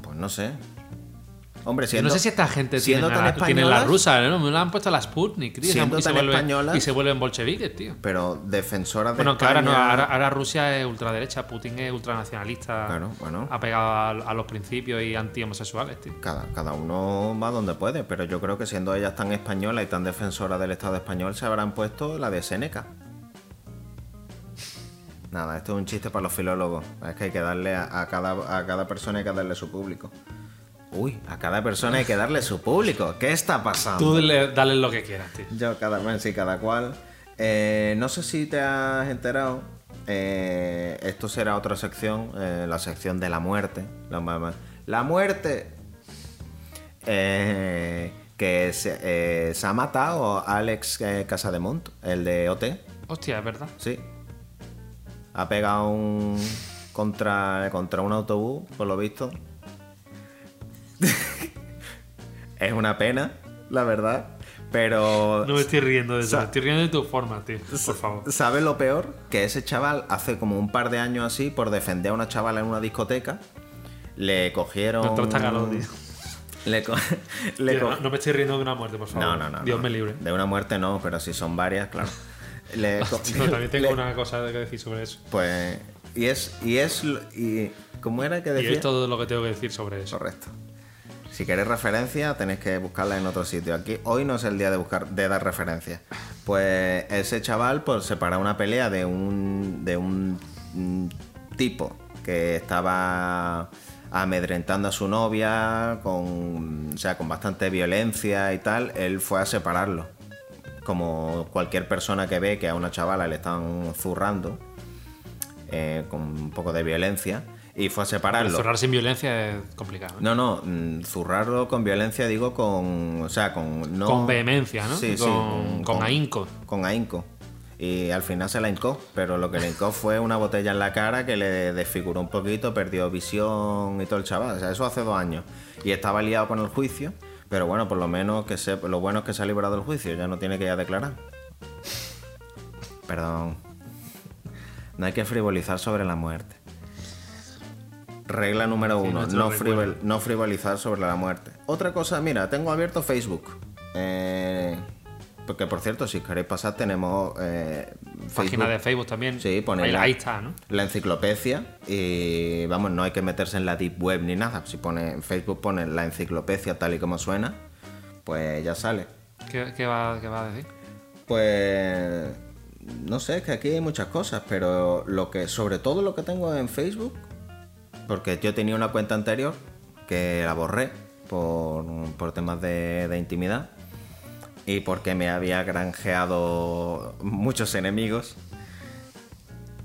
Speaker 1: Pues no sé. Hombre,
Speaker 2: Yo
Speaker 1: siendo...
Speaker 2: no sé si esta gente tiene,
Speaker 1: siendo tan
Speaker 2: la, tiene la
Speaker 1: españolas-
Speaker 2: rusa, ¿no? Me la han puesto a la Sputnik, tío.
Speaker 1: Siendo
Speaker 2: y, se
Speaker 1: tan
Speaker 2: vuelven,
Speaker 1: españolas-
Speaker 2: y se vuelven bolcheviques, tío.
Speaker 1: Pero defensora de
Speaker 2: Bueno, que ahora, no,
Speaker 1: España-
Speaker 2: ahora, ahora Rusia es ultraderecha, Putin es ultranacionalista,
Speaker 1: Claro, bueno.
Speaker 2: ha pegado a, a los principios y antihomosexuales, tío.
Speaker 1: Cada, cada uno va donde puede, pero yo creo que siendo ellas tan españolas y tan defensoras del Estado español, se habrán puesto la de Seneca. Nada, esto es un chiste para los filólogos. Es que hay que darle a, a cada, a cada persona hay que darle su público. Uy, a cada persona hay que darle su público. ¿Qué está pasando?
Speaker 2: Tú dale, dale lo que quieras, tío.
Speaker 1: Yo, cada bueno, sí, cada cual. Eh, no sé si te has enterado. eh, esto será otra sección, eh, la sección de la muerte. La, mamá- la muerte. Eh, que se, eh, se ha matado Alex eh, Casademont, el de OT.
Speaker 2: Hostia, es verdad.
Speaker 1: Sí. Ha pegado un. contra, contra un autobús, por lo visto. es una pena, la verdad. Pero.
Speaker 2: No me estoy riendo de eso,
Speaker 1: Sa-
Speaker 2: me estoy riendo de tu forma, tío. Por favor.
Speaker 1: ¿Sabes lo peor? Que ese chaval hace como un par de años así, por defender a una chavala en una discoteca, le cogieron.
Speaker 2: No, esto está calor, tío.
Speaker 1: Le, co- le
Speaker 2: Tío,
Speaker 1: co-
Speaker 2: no, no me estoy riendo de una muerte, por
Speaker 1: No,
Speaker 2: favor.
Speaker 1: no, no,
Speaker 2: Dios
Speaker 1: no.
Speaker 2: me libre.
Speaker 1: De una muerte no, pero si son varias, claro. Le co-
Speaker 2: Tío, también tengo
Speaker 1: le-
Speaker 2: una cosa que decir sobre eso.
Speaker 1: Pues. Y es. Y es. lo- Y, ¿Cómo era que
Speaker 2: Y
Speaker 1: decía?
Speaker 2: es todo lo que tengo que decir sobre eso.
Speaker 1: Correcto. Si queréis referencia, tenéis que buscarla en otro sitio. Aquí hoy no es el día de buscar, de dar referencias. Pues ese chaval pues, se paró una pelea de un, de un mm, tipo que estaba amedrentando a su novia con, o sea, con bastante violencia y tal. Él fue a separarlo. Como cualquier persona que ve que a una chavala le están zurrando eh, con un poco de violencia. Y fue a separarlo.
Speaker 2: Cerrar sin violencia es complicado. ¿eh?
Speaker 1: No, no, mm, zurrarlo con violencia, digo con. O sea, con. No,
Speaker 2: Con vehemencia, ¿no?
Speaker 1: Sí, sí,
Speaker 2: con, con,
Speaker 1: con-
Speaker 2: ahínco.
Speaker 1: Con ahínco. Y al final se la hincó, pero lo que le hincó fue una botella en la cara que le desfiguró un poquito, perdió visión y todo el chaval. O sea, eso hace dos años. Y estaba liado con el juicio, pero bueno, por lo menos que se, lo bueno es que se ha librado del juicio, ya no tiene que ir a declarar. Perdón. No hay que frivolizar sobre la muerte. Regla número uno,
Speaker 2: nuestro
Speaker 1: no,
Speaker 2: recuerdo.
Speaker 1: frivol- no frivolizar sobre la muerte. Otra cosa, mira, tengo abierto Facebook. Eh, porque por cierto, si queréis pasar, tenemos eh,
Speaker 2: Página
Speaker 1: Facebook,
Speaker 2: de Facebook también.
Speaker 1: Sí, poned
Speaker 2: ahí,
Speaker 1: la-
Speaker 2: ahí está, ¿no?
Speaker 1: la enciclopedia. Y vamos, no hay que meterse en la deep web ni nada. Si pone en Facebook pone la enciclopedia tal y como suena, pues ya sale.
Speaker 2: ¿Qué, qué va, qué va a decir?
Speaker 1: pues no sé, es que aquí hay muchas cosas, pero lo que, sobre todo lo que tengo en Facebook, porque yo tenía una cuenta anterior que la borré por, por temas de, de intimidad y porque me había granjeado muchos enemigos.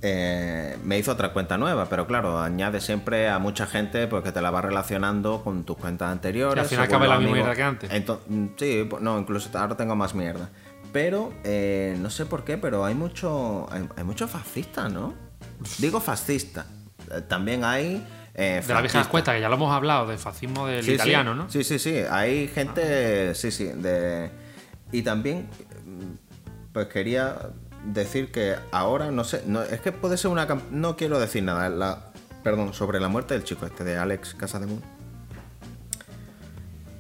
Speaker 1: eh, me hizo otra cuenta nueva, pero claro, añade siempre a mucha gente porque te la va relacionando con tus cuentas anteriores.
Speaker 2: Sí, al final
Speaker 1: según
Speaker 2: acaba
Speaker 1: los
Speaker 2: la
Speaker 1: amigos.
Speaker 2: misma mierda que antes.
Speaker 1: Ento- mm, sí, po- no, incluso ahora tengo más mierda. Pero eh, no sé por qué, pero hay mucho, hay, hay mucho fascista, ¿no? Digo fascista. Eh, También hay eh,
Speaker 2: De la vieja
Speaker 1: franquista.
Speaker 2: escueta, que ya lo hemos hablado, del fascismo del
Speaker 1: Sí, sí.
Speaker 2: italiano, ¿no? Ah.
Speaker 1: Sí, sí, sí. Hay gente, sí, sí. De... Y también, mm, pues quería decir que ahora, no sé, no, es que puede ser una... cam- No quiero decir nada, la... perdón, sobre la muerte del chico este de Alex Casademont.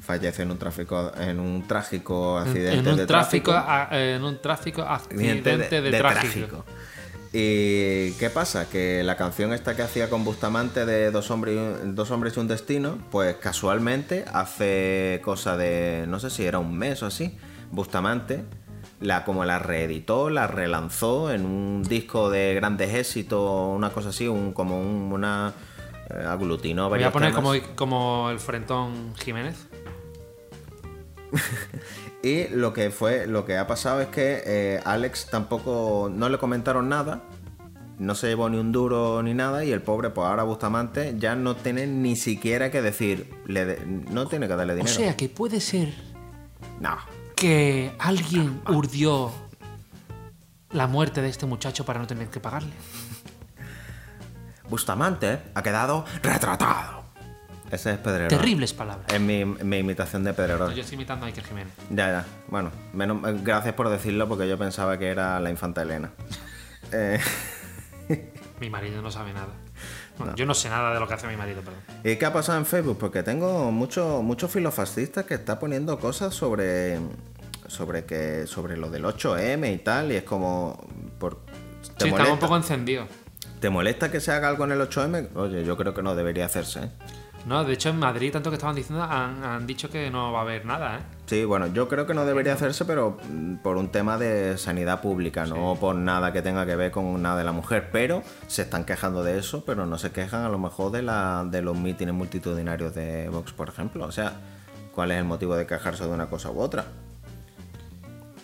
Speaker 1: Fallece en un tráfico, en un trágico
Speaker 2: En,
Speaker 1: accidente
Speaker 2: en un
Speaker 1: de
Speaker 2: tráfico, a- eh, en un tráfico accidente de, tráfico.
Speaker 1: ¿Y qué pasa? Que la canción esta que hacía con Bustamante de Dos hombres, y un- Dos hombres y un destino, pues casualmente hace cosa de, no sé si era un mes o así, Bustamante la como la reeditó, la relanzó en un disco de grandes éxitos, una cosa así, un, como un- una eh, aglutinó
Speaker 2: Voy a
Speaker 1: varios
Speaker 2: poner
Speaker 1: temas.
Speaker 2: como, como el frentón Jiménez.
Speaker 1: Y lo que fue, lo que ha pasado es que eh, Alex tampoco no le comentaron nada, no se llevó ni un duro ni nada, y el pobre, pues ahora Bustamante ya no tiene ni siquiera que decir, le de- no tiene que darle
Speaker 2: O
Speaker 1: dinero.
Speaker 2: sea que puede ser
Speaker 1: No.
Speaker 2: que alguien urdió la muerte de este muchacho para no tener que pagarle.
Speaker 1: Bustamante ha quedado retratado. Ese es Pedrerol.
Speaker 2: Terribles palabras.
Speaker 1: Es mi, mi imitación de
Speaker 2: No,
Speaker 1: Pedrerol.
Speaker 2: yo estoy imitando a Iker Jiménez.
Speaker 1: Ya, ya. Bueno, menos, eh, gracias por decirlo porque yo pensaba que era la infanta Elena. Eh,
Speaker 2: Mi marido no sabe nada. Bueno, Yo no sé nada de lo que hace mi marido, perdón.
Speaker 1: ¿Y qué ha pasado en Facebook? Porque tengo muchos muchos filofascistas que está poniendo cosas sobre sobre que sobre lo del 8M y tal y es como por
Speaker 2: Sí, estaba un poco encendido.
Speaker 1: ¿Te molesta que se haga algo en el 8M? Oye, yo creo que no debería hacerse. ¿eh?
Speaker 2: No, de hecho en Madrid, tanto que estaban diciendo, han, han dicho que no va a haber nada, ¿eh?
Speaker 1: Sí, bueno, yo creo que no debería hacerse, pero mm, por un tema de sanidad pública, no por nada que tenga que ver con nada de la mujer. Pero se están quejando de eso, pero no se quejan a lo mejor de, la, de los mítines multitudinarios de Vox, por ejemplo. O sea, ¿cuál es el motivo de quejarse de una cosa u otra?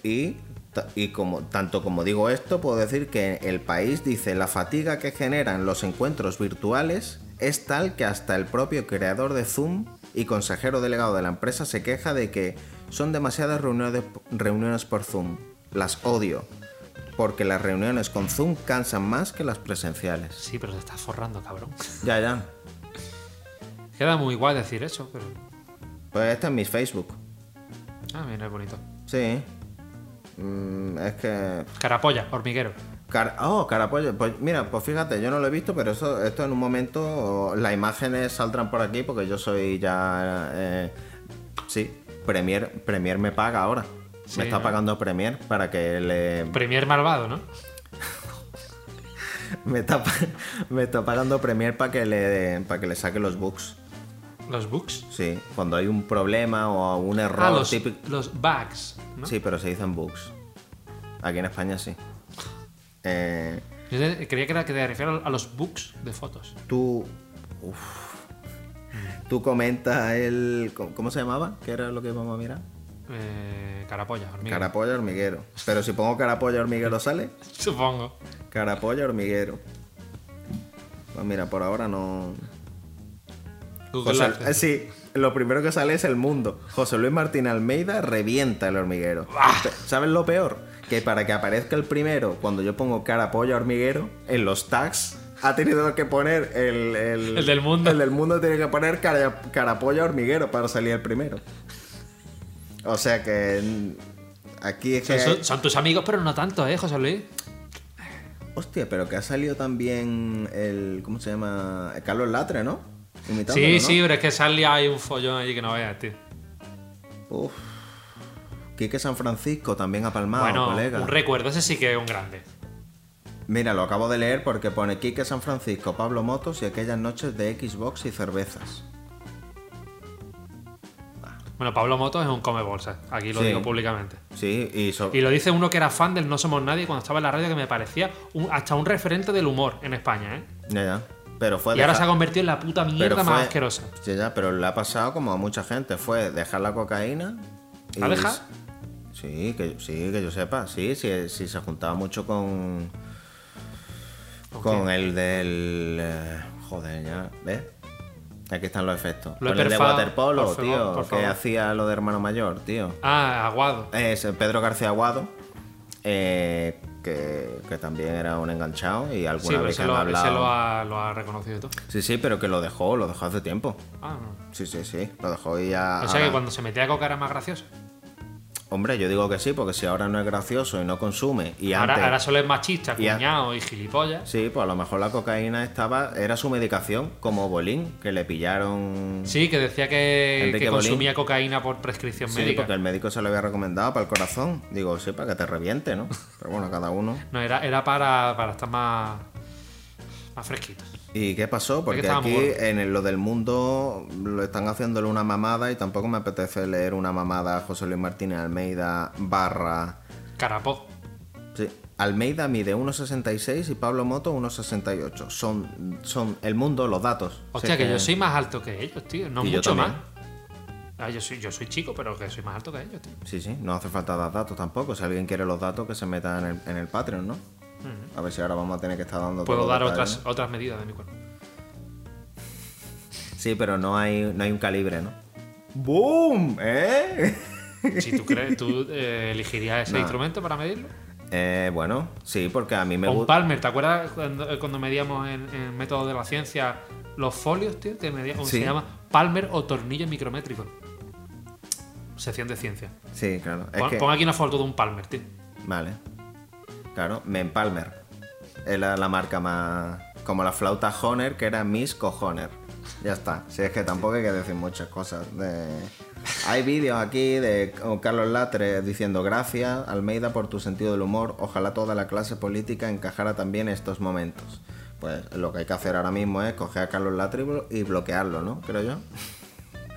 Speaker 1: Y, ta- y como, tanto como digo esto, puedo decir que el país dice la fatiga que generan los encuentros virtuales es tal que hasta el propio creador de Zoom y consejero delegado de la empresa se queja de que son demasiadas reuniones, reuniones por Zoom. Las odio. Porque las reuniones con Zoom cansan más que las presenciales.
Speaker 2: Sí, pero se está forrando, cabrón.
Speaker 1: Ya, ya.
Speaker 2: Queda muy guay decir eso, pero...
Speaker 1: Pues este es mi Facebook.
Speaker 2: Ah, mira, es bonito.
Speaker 1: Sí. Mm, es que
Speaker 2: Carapolla, hormiguero.
Speaker 1: Car- oh, carapollo. Pues mira, pues fíjate, yo no lo he visto, pero eso, esto en un momento las imágenes saldrán por aquí porque yo soy ya. eh, sí, Premier, Premier me paga ahora.
Speaker 2: Sí,
Speaker 1: me está
Speaker 2: ¿no?
Speaker 1: pagando Premier para que le.
Speaker 2: Premier malvado, ¿no?
Speaker 1: Me está, pa- me está pagando Premier para que le para que le saque los bugs.
Speaker 2: Los bugs.
Speaker 1: Sí, cuando hay un problema o un error
Speaker 2: Ah, los,
Speaker 1: típico.
Speaker 2: los bugs, ¿no?
Speaker 1: Sí, pero se dicen bugs. Aquí en España sí. Eh,
Speaker 2: Yo te- creía que, era que te refieres a los bugs de fotos.
Speaker 1: tú. uf. tú comentas el. ¿cómo- ¿Cómo se llamaba? ¿Qué era lo que íbamos a mirar?
Speaker 2: Eh, carapolla, hormiguero.
Speaker 1: Carapolla hormiguero. Pero si pongo carapolla hormiguero, ¿sale?
Speaker 2: Supongo.
Speaker 1: Carapolla hormiguero. Pues mira, por ahora no.
Speaker 2: Google
Speaker 1: José-
Speaker 2: Earth.
Speaker 1: eh, sí, lo primero que sale es el mundo. José Luis Martín Almeida revienta el hormiguero.
Speaker 2: Ah.
Speaker 1: Pe- ¿Sabes lo peor? Que para que aparezca el primero, cuando yo pongo cara polla hormiguero, en los tags ha tenido que poner el,
Speaker 2: El del mundo.
Speaker 1: El del mundo tiene que poner cara, cara polla hormiguero para salir el primero. O sea que mm, aquí es que.
Speaker 2: Son, son- son tus amigos, pero no tanto, ¿eh, José Luis?
Speaker 1: Hostia, pero que ha salido también el. ¿Cómo se llama? Carlos Latre, ¿no? Imitándolo,
Speaker 2: Sí,
Speaker 1: ¿no?
Speaker 2: sí, pero es que sale hay un follón allí que no veas, tío.
Speaker 1: Uf. Quique San Francisco también ha palmado,
Speaker 2: bueno,
Speaker 1: colega.
Speaker 2: un recuerdo, ese sí que es un grande.
Speaker 1: Mira, lo acabo de leer porque pone Quique San Francisco, Pablo Motos y aquellas noches de Xbox y cervezas.
Speaker 2: Bueno, Pablo Motos es un come bolsas. Aquí lo
Speaker 1: Sí.
Speaker 2: digo públicamente.
Speaker 1: Sí, y, so-
Speaker 2: Y lo dice uno que era fan del No Somos Nadie cuando estaba en la radio, que me parecía un- hasta un referente del humor en España, ¿eh?
Speaker 1: ya, ya. Pero fue
Speaker 2: Y ahora
Speaker 1: deja-
Speaker 2: se ha convertido en la puta mierda
Speaker 1: pero
Speaker 2: más
Speaker 1: fue-
Speaker 2: asquerosa.
Speaker 1: Ya, ya, pero le ha pasado como a mucha gente. Fue dejar la cocaína. y-
Speaker 2: ¿La deja?
Speaker 1: Sí, que, sí, que yo sepa. Sí, sí, sí, se juntaba mucho con. Con el del. eh, Joder, ya. ¿Ves? Aquí están los efectos.
Speaker 2: Lo he
Speaker 1: Con el de
Speaker 2: perfado,
Speaker 1: waterpolo,
Speaker 2: por favor,
Speaker 1: tío.
Speaker 2: por
Speaker 1: que
Speaker 2: favor.
Speaker 1: hacía lo de hermano mayor, tío.
Speaker 2: Ah, aguado.
Speaker 1: Es Pedro García Aguado. eh, que, que también era un enganchado y
Speaker 2: Sí,
Speaker 1: alguna
Speaker 2: pero
Speaker 1: vez
Speaker 2: ese
Speaker 1: han
Speaker 2: lo, ese
Speaker 1: hablado.
Speaker 2: lo ha, lo ha reconocido y todo.
Speaker 1: Sí, sí, pero que lo dejó, lo dejó hace tiempo.
Speaker 2: Ah, no.
Speaker 1: Sí, sí, sí. Lo dejó y ya.
Speaker 2: O sea
Speaker 1: ahora-
Speaker 2: que cuando se metía a coca era más gracioso.
Speaker 1: Hombre, yo digo que sí, porque si ahora no es gracioso y no consume y
Speaker 2: ahora,
Speaker 1: antes.
Speaker 2: ahora solo es machista,
Speaker 1: Y a-
Speaker 2: cuñado y gilipollas.
Speaker 1: Sí, pues a lo mejor la cocaína estaba. Era su medicación, como Bolín, que le pillaron.
Speaker 2: Sí, que decía que,
Speaker 1: Enrique
Speaker 2: que
Speaker 1: Bolín.
Speaker 2: consumía cocaína por prescripción
Speaker 1: Sí,
Speaker 2: médica.
Speaker 1: porque el médico se lo había recomendado para el corazón. Digo, sí, para que te reviente, ¿no? Pero bueno, cada uno.
Speaker 2: No, era, era para, para estar más, más fresquito.
Speaker 1: ¿Y qué pasó? Porque
Speaker 2: estaba muy
Speaker 1: aquí
Speaker 2: gordo.
Speaker 1: en el- lo del mundo lo están haciéndole una mamada y tampoco me apetece leer una mamada a José Luis Martínez Almeida barra.
Speaker 2: Carapó.
Speaker 1: Sí. Almeida mide 1,66 y Pablo Moto 1,68. Son, son el mundo, los datos.
Speaker 2: Hostia,
Speaker 1: Sé
Speaker 2: que, yo soy más alto que ellos, tío. No
Speaker 1: Y yo
Speaker 2: mucho más.
Speaker 1: también.
Speaker 2: Ah, yo, soy, yo soy chico, pero que soy más alto que ellos, tío.
Speaker 1: Sí, sí, no hace falta dar datos tampoco. Si alguien quiere los datos, que se meta en el, en el Patreon, ¿no? A ver si ahora vamos a tener que estar dando
Speaker 2: Puedo
Speaker 1: todos los
Speaker 2: dar
Speaker 1: detalles,
Speaker 2: otras, otras medidas de mi cuerpo.
Speaker 1: ¿no? Sí, pero no hay, no hay un calibre, ¿no? ¡Boom! ¿Eh?
Speaker 2: Si tú crees, tú eh, elegirías ese
Speaker 1: No.
Speaker 2: instrumento para medirlo.
Speaker 1: Eh, bueno, sí, porque a mí me
Speaker 2: O un
Speaker 1: gusta.
Speaker 2: Palmer, ¿te acuerdas cuando, eh, cuando medíamos en, en métodos de la ciencia los folios, tío? Que medíamos,
Speaker 1: Sí.
Speaker 2: se llama Palmer o tornillo micrométrico. Sección de ciencia.
Speaker 1: Sí, claro. Es
Speaker 2: Pon,
Speaker 1: que...
Speaker 2: pon aquí una foto de un Palmer, tío.
Speaker 1: Vale. Claro, Men Palmer. Era la marca más. Como la flauta Honer, que era Miss Cojoner. Ya está. Si es que tampoco hay que decir muchas cosas. de- Hay vídeos aquí de Carlos Latre diciendo gracias, Almeida, por tu sentido del humor. Ojalá toda la clase política encajara también en estos momentos. Pues lo que hay que hacer ahora mismo es coger a Carlos Latre y blo- y bloquearlo, ¿no? Creo yo.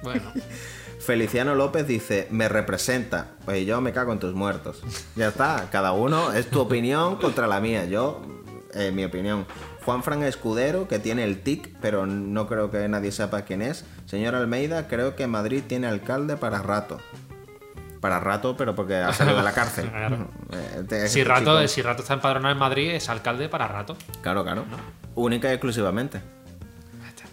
Speaker 2: Bueno,
Speaker 1: Feliciano López dice, me representa. Pues yo me cago en tus muertos. Ya está, cada uno es tu opinión contra la mía. Yo, eh, mi opinión. Juan Fran Escudero, que tiene el tic, pero no creo que nadie sepa quién es. Señor Almeida, creo que Madrid tiene alcalde para rato. Para rato, pero porque ha salido de la cárcel.
Speaker 2: Claro.
Speaker 1: Eh, te-
Speaker 2: si
Speaker 1: este
Speaker 2: rato,
Speaker 1: chico-
Speaker 2: si rato está empadronado en Madrid, es alcalde para rato.
Speaker 1: Claro, claro. Única y exclusivamente.
Speaker 2: Eh,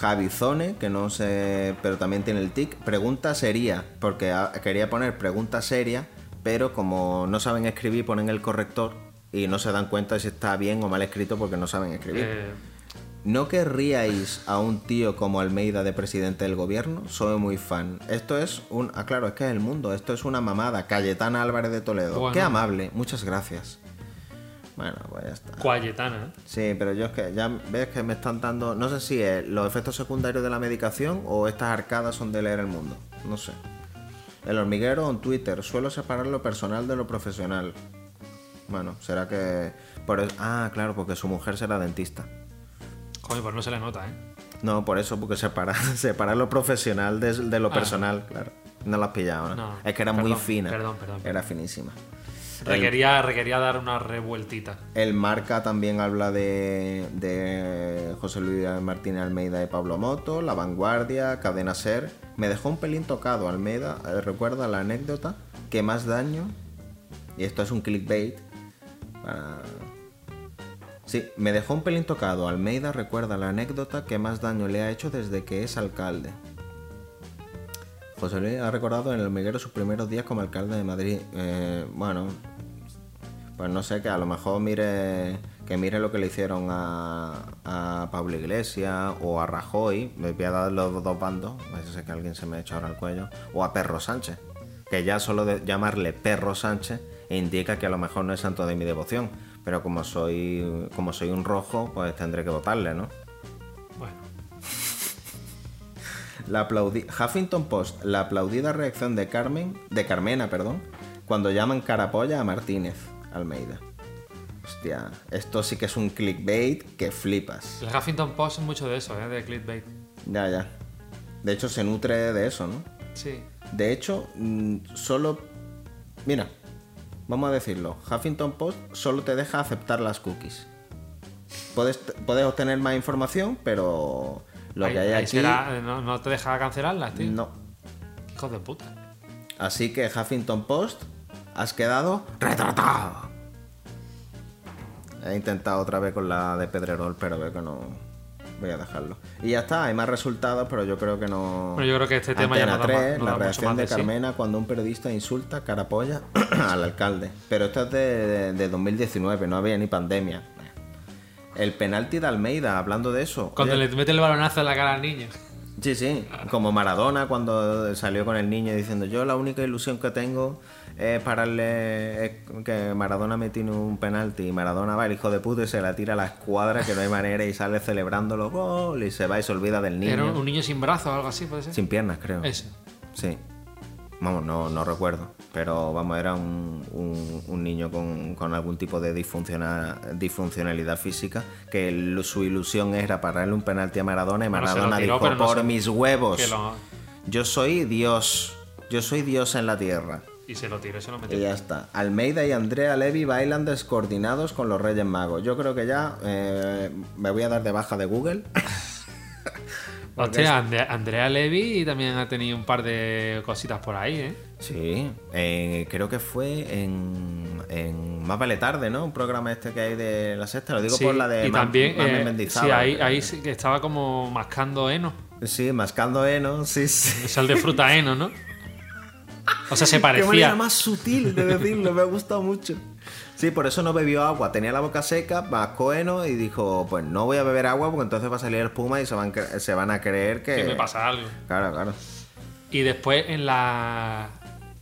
Speaker 1: Javizone, que no sé, pero también tiene el tic. Pregunta sería, porque ah, quería poner pregunta seria, pero como no saben escribir, ponen el corrector y no se dan cuenta si está bien o mal escrito porque no saben escribir.
Speaker 2: Eh,
Speaker 1: ¿No querríais a un tío como Almeida de presidente del gobierno? Soy muy fan. Esto es un. Ah, claro, es que es el mundo. Esto es una mamada. Cayetana Álvarez de Toledo.
Speaker 2: Bueno.
Speaker 1: Qué amable. Muchas gracias. Bueno, pues ya está.
Speaker 2: Cuayetana, ¿eh?
Speaker 1: Sí, pero yo es que ya ves que me están dando. No sé si es los efectos secundarios de la medicación o estas arcadas son de leer el mundo. No sé. El hormiguero en Twitter. Suelo separar lo personal de lo profesional. Bueno, será que. por es- Ah, claro, porque su mujer será dentista.
Speaker 2: Joder, pues no se le nota, ¿eh?
Speaker 1: No, por eso, porque separa- separar lo profesional de, de lo personal, claro. No lo has pillado, ¿no?
Speaker 2: Ah. No,
Speaker 1: es que era muy
Speaker 2: perdón,
Speaker 1: fina.
Speaker 2: perdón, perdón, perdón.
Speaker 1: Era finísima.
Speaker 2: Requería, requería dar una revueltita.
Speaker 1: El Marca también habla de, de José Luis Martínez Almeida y Pablo Moto, La Vanguardia, Cadena Ser. Me dejó un pelín tocado Almeida. eh, Recuerda la anécdota que más daño, y esto es un clickbait, para- Sí, me dejó un pelín tocado. Almeida recuerda la anécdota que más daño le ha hecho desde que es alcalde. José Luis ha recordado en el hormiguero sus primeros días como alcalde de Madrid. Eh, bueno, pues no sé, que a lo mejor mire que mire lo que le hicieron a, a Pablo Iglesias o a Rajoy, me voy a dar los dos bandos, eso sé que alguien se me ha echado ahora el cuello, o a Perro Sánchez, que ya solo de llamarle Perro Sánchez indica que a lo mejor no es santo de mi devoción, pero como soy como soy un rojo, pues tendré que votarle, ¿no?
Speaker 2: Bueno,
Speaker 1: La aplaudi- Huffington Post, la aplaudida reacción de Carmen, de Carmena, perdón, cuando llaman carapolla a Martínez Almeida. Hostia, esto sí que es un clickbait que flipas.
Speaker 2: el Huffington Post es mucho de eso, ¿eh? De clickbait.
Speaker 1: Ya, ya. De hecho, se nutre de eso, ¿no?
Speaker 2: Sí.
Speaker 1: De hecho, mm, solo. Mira, vamos a decirlo. Huffington Post solo te deja aceptar las cookies. Puedes, puedes obtener más información, pero lo
Speaker 2: Ahí-
Speaker 1: que hay
Speaker 2: ahí
Speaker 1: aquí.
Speaker 2: será- eh, no, no te deja cancelarlas, tío.
Speaker 1: No.
Speaker 2: Hijos de puta.
Speaker 1: Así que Huffington Post, has quedado retratado. He intentado otra vez con la de Pedrerol, pero veo que no. Voy a dejarlo. Y ya está, hay más resultados, pero yo creo que no.
Speaker 2: Bueno, yo creo que este tema ya
Speaker 1: Antena
Speaker 2: no da más-
Speaker 1: 3,
Speaker 2: no da
Speaker 1: la
Speaker 2: mucho
Speaker 1: reacción
Speaker 2: más
Speaker 1: de,
Speaker 2: de sí.
Speaker 1: Carmena cuando un periodista insulta carapolla al alcalde. Pero esto es de, de 2019, no había ni pandemia. El penalti de Almeida, hablando de eso.
Speaker 2: Cuando
Speaker 1: Oye,
Speaker 2: le mete el balonazo en la cara al niño.
Speaker 1: Sí, sí, como Maradona cuando salió con el niño diciendo yo la única ilusión que tengo es pararle es que Maradona me tiene un penalti y Maradona va el hijo de puta y se la tira a la escuadra que no hay manera y sale celebrándolo gol y se va y se olvida del niño
Speaker 2: Era un niño sin brazos o algo así, puede ser.
Speaker 1: sin piernas creo.
Speaker 2: Eso.
Speaker 1: Sí. Vamos, no, no recuerdo. Pero vamos, era un, un- un niño con, con algún tipo de disfunciona- disfuncionalidad física que el- su ilusión era pararle un penalti a Maradona y
Speaker 2: Bueno, se lo
Speaker 1: Maradona
Speaker 2: tiró,
Speaker 1: dijo,
Speaker 2: pero no
Speaker 1: por
Speaker 2: se-
Speaker 1: mis huevos,
Speaker 2: Que lo-
Speaker 1: yo soy Dios, yo soy Dios en la tierra.
Speaker 2: Y se lo tiró, se lo
Speaker 1: Y
Speaker 2: metió.
Speaker 1: ya está. Almeida y Andrea Levy bailan descoordinados con los Reyes Magos. Yo creo que ya eh, me voy a dar de baja de Google.
Speaker 2: Hostia, Ande- Andrea Levy también ha tenido un par de cositas por ahí, ¿eh?
Speaker 1: Sí, eh, creo que fue en, en Más Vale Tarde, ¿no? Un programa este que hay de la sexta, lo digo
Speaker 2: Sí,
Speaker 1: por la de
Speaker 2: y
Speaker 1: Ma-
Speaker 2: también,
Speaker 1: Mamen
Speaker 2: eh,
Speaker 1: Mendizábal.
Speaker 2: sí, ahí, ahí sí que estaba como mascando heno.
Speaker 1: Sí, mascando heno, sí, sí.
Speaker 2: Sal de fruta heno, ¿no? O sea, se
Speaker 1: Qué manera
Speaker 2: parecía.
Speaker 1: más sutil de decirlo, me ha gustado mucho. Sí, por eso no bebió agua, tenía la boca seca, mascó heno y dijo, pues no voy a beber agua porque entonces va a salir espuma y se van, cre- se van a creer que...
Speaker 2: Que me pasa algo.
Speaker 1: Claro, claro.
Speaker 2: Y después en la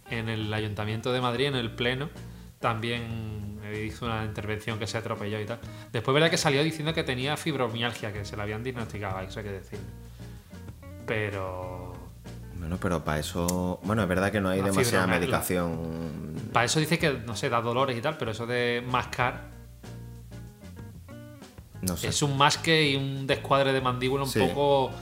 Speaker 2: en el Ayuntamiento de Madrid, en el Pleno, también hizo una intervención que se atropelló y tal. Después verdad que salió diciendo que tenía fibromialgia, que se la habían diagnosticado, eso hay que decir. Pero
Speaker 1: Bueno, pero para eso... Bueno, es verdad que no hay
Speaker 2: La
Speaker 1: demasiada
Speaker 2: fibromialgia.
Speaker 1: medicación
Speaker 2: para eso dice que no sé, da dolores y tal, pero eso de mascar
Speaker 1: no sé.
Speaker 2: es un masque y un descuadre de mandíbula un
Speaker 1: Sí.
Speaker 2: poco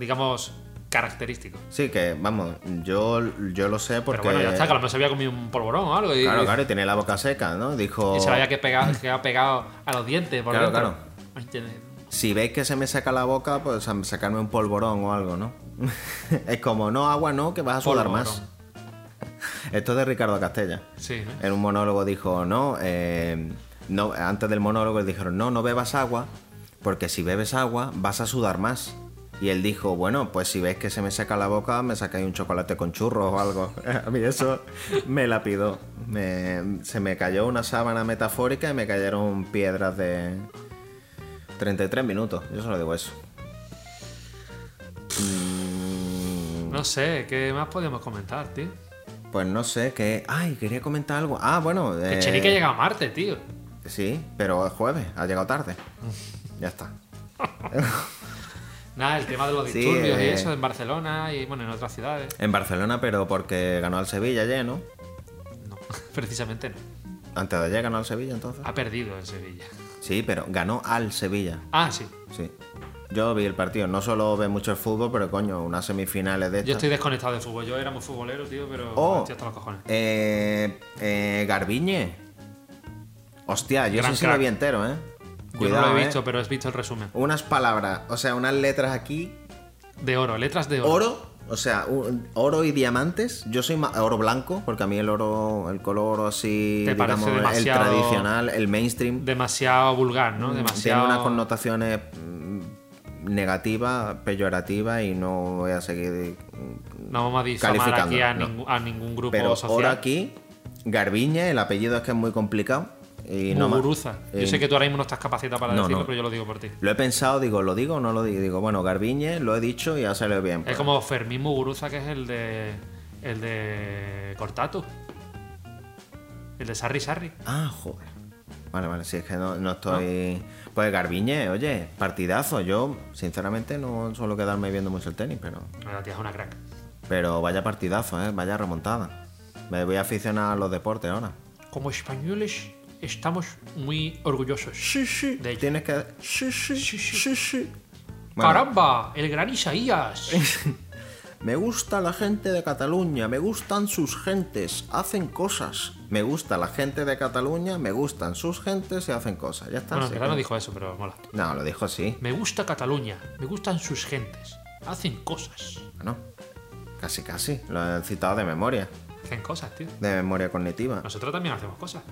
Speaker 2: digamos característico.
Speaker 1: Sí, que vamos, yo, yo lo sé porque.
Speaker 2: Pero bueno, ya está, que a lo mejor se había comido un polvorón o algo y,
Speaker 1: Claro, claro, y tenía la boca seca, ¿no? Dijo.
Speaker 2: y se le había que pegar- que ha pegado a los dientes por
Speaker 1: Claro,
Speaker 2: dentro.
Speaker 1: claro.
Speaker 2: ¿Entiendes?
Speaker 1: Si veis que se me saca la boca, pues a sacarme un polvorón o algo, ¿no? es como, no, agua no, que vas a sudar más.
Speaker 2: Polvorón.
Speaker 1: Esto es de Ricardo Castella.
Speaker 2: Sí, ¿eh? ¿no?
Speaker 1: En un monólogo dijo, no, eh, no, antes del monólogo dijeron, no, no bebas agua, porque si bebes agua vas a sudar más. Y él dijo, bueno, pues si ves que se me saca la boca, me sacáis un chocolate con churros o algo. A mí eso me lapidó. Me- se me cayó una sábana metafórica y me cayeron piedras de 33 minutos. Yo solo digo eso.
Speaker 2: No sé, ¿qué más podemos comentar, tío?
Speaker 1: Mm, Pues no sé, qué... Ay, quería comentar algo. Ah, bueno.
Speaker 2: Que
Speaker 1: eh,
Speaker 2: Chenique llega a Marte, tío.
Speaker 1: Sí, pero es jueves, ha llegado tarde. Ya está.
Speaker 2: Nada, el tema de los
Speaker 1: Sí,
Speaker 2: disturbios y
Speaker 1: eh.
Speaker 2: eso en Barcelona y bueno, en otras ciudades.
Speaker 1: En Barcelona, pero porque ganó al Sevilla ayer, ¿no?
Speaker 2: No, precisamente no.
Speaker 1: Antes de ayer ganó al Sevilla, entonces.
Speaker 2: Ha perdido en Sevilla.
Speaker 1: Sí, pero ganó al Sevilla.
Speaker 2: Ah, sí.
Speaker 1: Sí. Yo vi el partido. No solo ve mucho el fútbol, pero coño, unas semifinales de
Speaker 2: Yo
Speaker 1: estas.
Speaker 2: estoy desconectado de fútbol. Yo era muy futbolero, tío, pero
Speaker 1: Oh.
Speaker 2: estoy hasta los cojones.
Speaker 1: Eh, eh, Garbiñe. Hostia, yo
Speaker 2: Gran
Speaker 1: sí sí lo
Speaker 2: crack.
Speaker 1: vi entero, ¿eh?
Speaker 2: Yo no lo
Speaker 1: ¿eh?
Speaker 2: he visto, pero he visto el resumen.
Speaker 1: Unas palabras, o sea, unas letras aquí
Speaker 2: De oro, letras de oro.
Speaker 1: oro, o sea, un- oro y diamantes. Yo soy ma- oro blanco, porque a mí el oro, el color oro así,
Speaker 2: Te parece
Speaker 1: digamos, el
Speaker 2: demasiado-
Speaker 1: tradicional, el mainstream,
Speaker 2: Demasiado vulgar, ¿no? Demasiado.
Speaker 1: Mm, tiene unas connotaciones mm, negativas, peyorativas y no voy a seguir.
Speaker 2: No vamos a difamar
Speaker 1: Calificando,
Speaker 2: aquí a,
Speaker 1: no.
Speaker 2: ningún, a ningún grupo
Speaker 1: Pero oro
Speaker 2: social.
Speaker 1: aquí, Garbiñe, el apellido es que es muy complicado. Y no más.
Speaker 2: Muguruza.
Speaker 1: Eh,
Speaker 2: Yo sé que tú ahora mismo no estás capacitado para
Speaker 1: no,
Speaker 2: decirlo,
Speaker 1: no.
Speaker 2: pero yo lo digo por ti.
Speaker 1: Lo he pensado, digo, ¿lo digo o no lo digo? Digo, bueno, Garbiñe, lo he dicho y ha salido bien. pues.
Speaker 2: Es como Fermín Muguruza, que es el de. El de. Cortatu. El de Sarri Sarri.
Speaker 1: Ah, joder. Vale, vale, si es que no, no
Speaker 2: Ah.
Speaker 1: estoy. Pues Garbiñe, oye, partidazo. Yo, sinceramente, no suelo quedarme viendo mucho el tenis, pero.
Speaker 2: La tía es una crack.
Speaker 1: Pero vaya partidazo, ¿eh? Vaya remontada. Me voy a aficionar a los deportes ahora.
Speaker 2: Como españoles estamos muy orgullosos.
Speaker 1: Sí, sí.
Speaker 2: De-
Speaker 1: Tienes que. Sí, sí, sí, sí. Bueno,
Speaker 2: ¡Caramba! ¡El gran Isaías!
Speaker 1: Me gusta la gente de Cataluña, me gustan sus gentes, hacen cosas. Me gusta la gente de Cataluña, me gustan sus gentes y hacen cosas. Ya está.
Speaker 2: Bueno,
Speaker 1: sí.
Speaker 2: Gerard no dijo eso, pero mola.
Speaker 1: No, lo dijo así.
Speaker 2: Me gusta Cataluña, me gustan sus gentes, hacen cosas.
Speaker 1: Bueno, casi casi. Lo he citado de memoria.
Speaker 2: Hacen cosas, tío.
Speaker 1: De memoria cognitiva.
Speaker 2: Nosotros también hacemos cosas.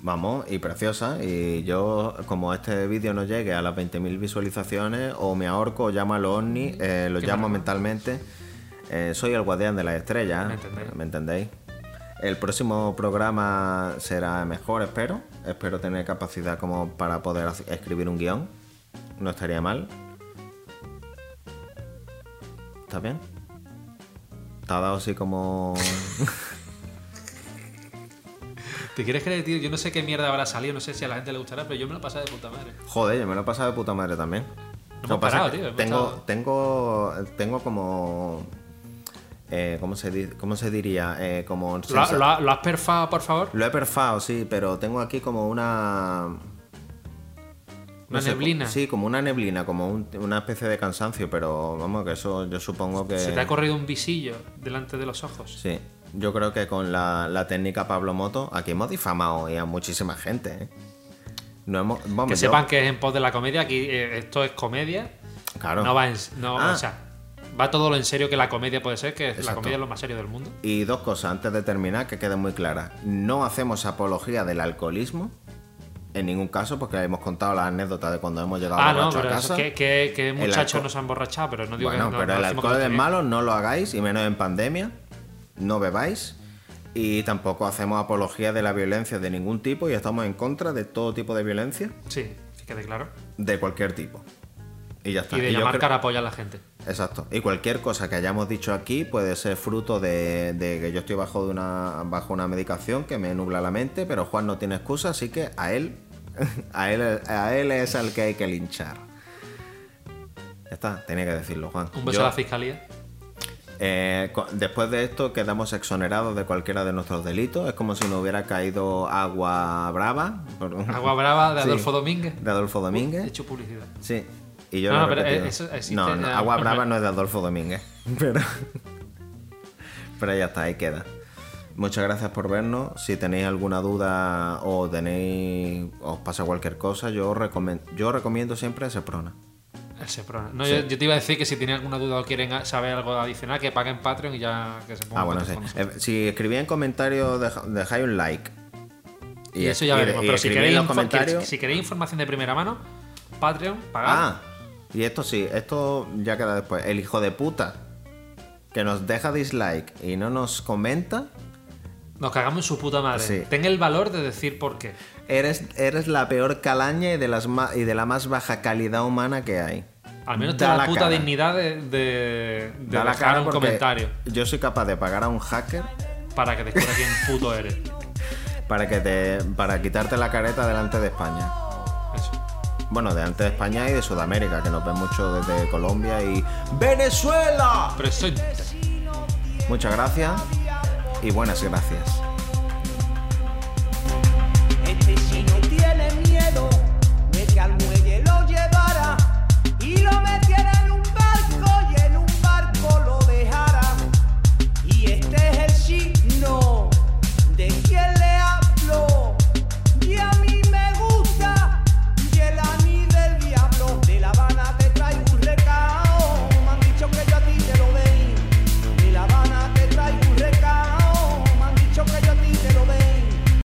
Speaker 1: Vamos, y preciosa. Y yo, como este vídeo no llegue a las 20.000 visualizaciones, o me ahorco, o llamo al ovni, eh, lo
Speaker 2: Mm, Qué
Speaker 1: llamo
Speaker 2: maravilla.
Speaker 1: mentalmente. Eh, soy el guardián de las estrellas.
Speaker 2: Me entendéis.
Speaker 1: ¿Me entendéis? El próximo programa será mejor, espero. Espero tener capacidad como para poder hac- escribir un guión. No estaría mal. ¿Está bien? Te ha dado así como...
Speaker 2: ¿Te quieres creer, tío? Yo no sé qué mierda habrá salido, no sé si a la gente le gustará, pero yo me lo pasé de puta madre.
Speaker 1: Joder, yo me lo he pasado de puta madre también.
Speaker 2: hemos
Speaker 1: Lo que pasa
Speaker 2: parado,
Speaker 1: es que
Speaker 2: tío, hemos
Speaker 1: Tengo,
Speaker 2: estado-
Speaker 1: tengo, tengo como. eh, ¿cómo, se di- cómo se diría? Eh, como
Speaker 2: ¿Lo, ha-
Speaker 1: sensa-
Speaker 2: lo ha- lo has perfado, por favor?
Speaker 1: Lo he perfado, sí, pero tengo aquí como una.
Speaker 2: Una
Speaker 1: sé,
Speaker 2: neblina.
Speaker 1: co- sí, como una neblina, como un- una especie de cansancio, pero vamos, que eso yo supongo que.
Speaker 2: Se te ha corrido un visillo delante de los ojos.
Speaker 1: eh, Sí, yo creo que con la, la técnica Pablo Moto, aquí hemos difamado y a muchísima gente, ¿eh? No hemos, vamos,
Speaker 2: que
Speaker 1: yo-
Speaker 2: sepan que es en pos de la comedia, aquí eh, esto es comedia.
Speaker 1: Claro.
Speaker 2: No va en, no,
Speaker 1: Ah.
Speaker 2: o sea, va todo lo en serio que la comedia puede ser, que la
Speaker 1: Exacto.
Speaker 2: comedia es lo más serio del mundo.
Speaker 1: Y dos cosas antes de terminar que queden muy claras. No hacemos apología del alcoholismo. En ningún caso, porque hemos contado las anécdotas de cuando hemos llegado
Speaker 2: Ah, no,
Speaker 1: borracho a
Speaker 2: pero eso
Speaker 1: casa.
Speaker 2: es que, que, que muchachos
Speaker 1: alcohol-
Speaker 2: nos han borrachado, pero no digo
Speaker 1: bueno,
Speaker 2: que no,
Speaker 1: pero
Speaker 2: no
Speaker 1: el
Speaker 2: decimos que no
Speaker 1: alcohol
Speaker 2: esté
Speaker 1: es
Speaker 2: bien.
Speaker 1: malo, no lo hagáis, y menos en pandemia. No bebáis. Y tampoco hacemos apología de la violencia de ningún tipo y estamos en contra de todo tipo de violencia,
Speaker 2: Sí, que quede claro.
Speaker 1: de cualquier tipo. Y ya está.
Speaker 2: Y de
Speaker 1: Ah, Y yo
Speaker 2: llamar
Speaker 1: creo-
Speaker 2: carapolla a la gente.
Speaker 1: Exacto. Y cualquier cosa que hayamos dicho aquí puede ser fruto de, de que yo estoy bajo de una bajo una medicación que me nubla la mente, pero Juan no tiene excusa, así que a él a él a él es al que hay que linchar. Ya está, tenía que decirlo, Juan.
Speaker 2: Un beso
Speaker 1: Yo,
Speaker 2: a la fiscalía.
Speaker 1: eh, cu- después de esto quedamos exonerados de cualquiera de nuestros delitos. Es como si nos hubiera caído agua brava. por-
Speaker 2: Agua Brava de
Speaker 1: Sí.
Speaker 2: Adolfo Domínguez.
Speaker 1: De Adolfo
Speaker 2: He
Speaker 1: Domínguez.
Speaker 2: hecho publicidad.
Speaker 1: Sí. Y yo
Speaker 2: No,
Speaker 1: lo he
Speaker 2: no, pero eh,
Speaker 1: repetido.
Speaker 2: eso existe
Speaker 1: no, no,
Speaker 2: en-
Speaker 1: Agua Brava no es de Adolfo Domínguez. Pero, pero ya está, ahí queda. Muchas gracias por vernos. Si tenéis alguna duda o tenéis os pasa cualquier cosa, yo, recomen- yo recomiendo siempre Seprona.
Speaker 2: El Seprona. No, yo, yo te iba a decir que si tienen alguna duda o quieren a- saber algo adicional, que paguen Patreon y ya que se pongan
Speaker 1: Ah, bueno,
Speaker 2: en
Speaker 1: sí.
Speaker 2: contacto con
Speaker 1: Eh, Si escribís en comentarios, deja- dejáis un like.
Speaker 2: nosotros. Y eso ya
Speaker 1: y-
Speaker 2: veremos.
Speaker 1: y
Speaker 2: Pero si
Speaker 1: escribid
Speaker 2: queréis,
Speaker 1: en los
Speaker 2: info-
Speaker 1: comentarios.
Speaker 2: que- si queréis información de primera mano, Patreon, pagad.
Speaker 1: Ah, y esto sí, esto ya queda después. El hijo de puta que nos deja dislike y no nos comenta.
Speaker 2: Nos cagamos en su puta madre.
Speaker 1: Sí.
Speaker 2: Ten el valor de decir por qué.
Speaker 1: Eres, eres la peor calaña y de, las ma- y de la más baja calidad humana que hay.
Speaker 2: Al menos te
Speaker 1: Da
Speaker 2: da la
Speaker 1: la
Speaker 2: puta
Speaker 1: cara.
Speaker 2: dignidad de, de, de
Speaker 1: Da la
Speaker 2: dejar
Speaker 1: cara
Speaker 2: un
Speaker 1: porque
Speaker 2: comentario
Speaker 1: Yo soy capaz de pagar a un hacker
Speaker 2: para que descubra quién puto eres.
Speaker 1: para, que te, para quitarte la careta delante de España.
Speaker 2: Eso.
Speaker 1: Bueno, delante de España y de Sudamérica, que nos ven mucho desde Colombia y Venezuela.
Speaker 2: Pero soy...
Speaker 1: Muchas gracias y buenas gracias.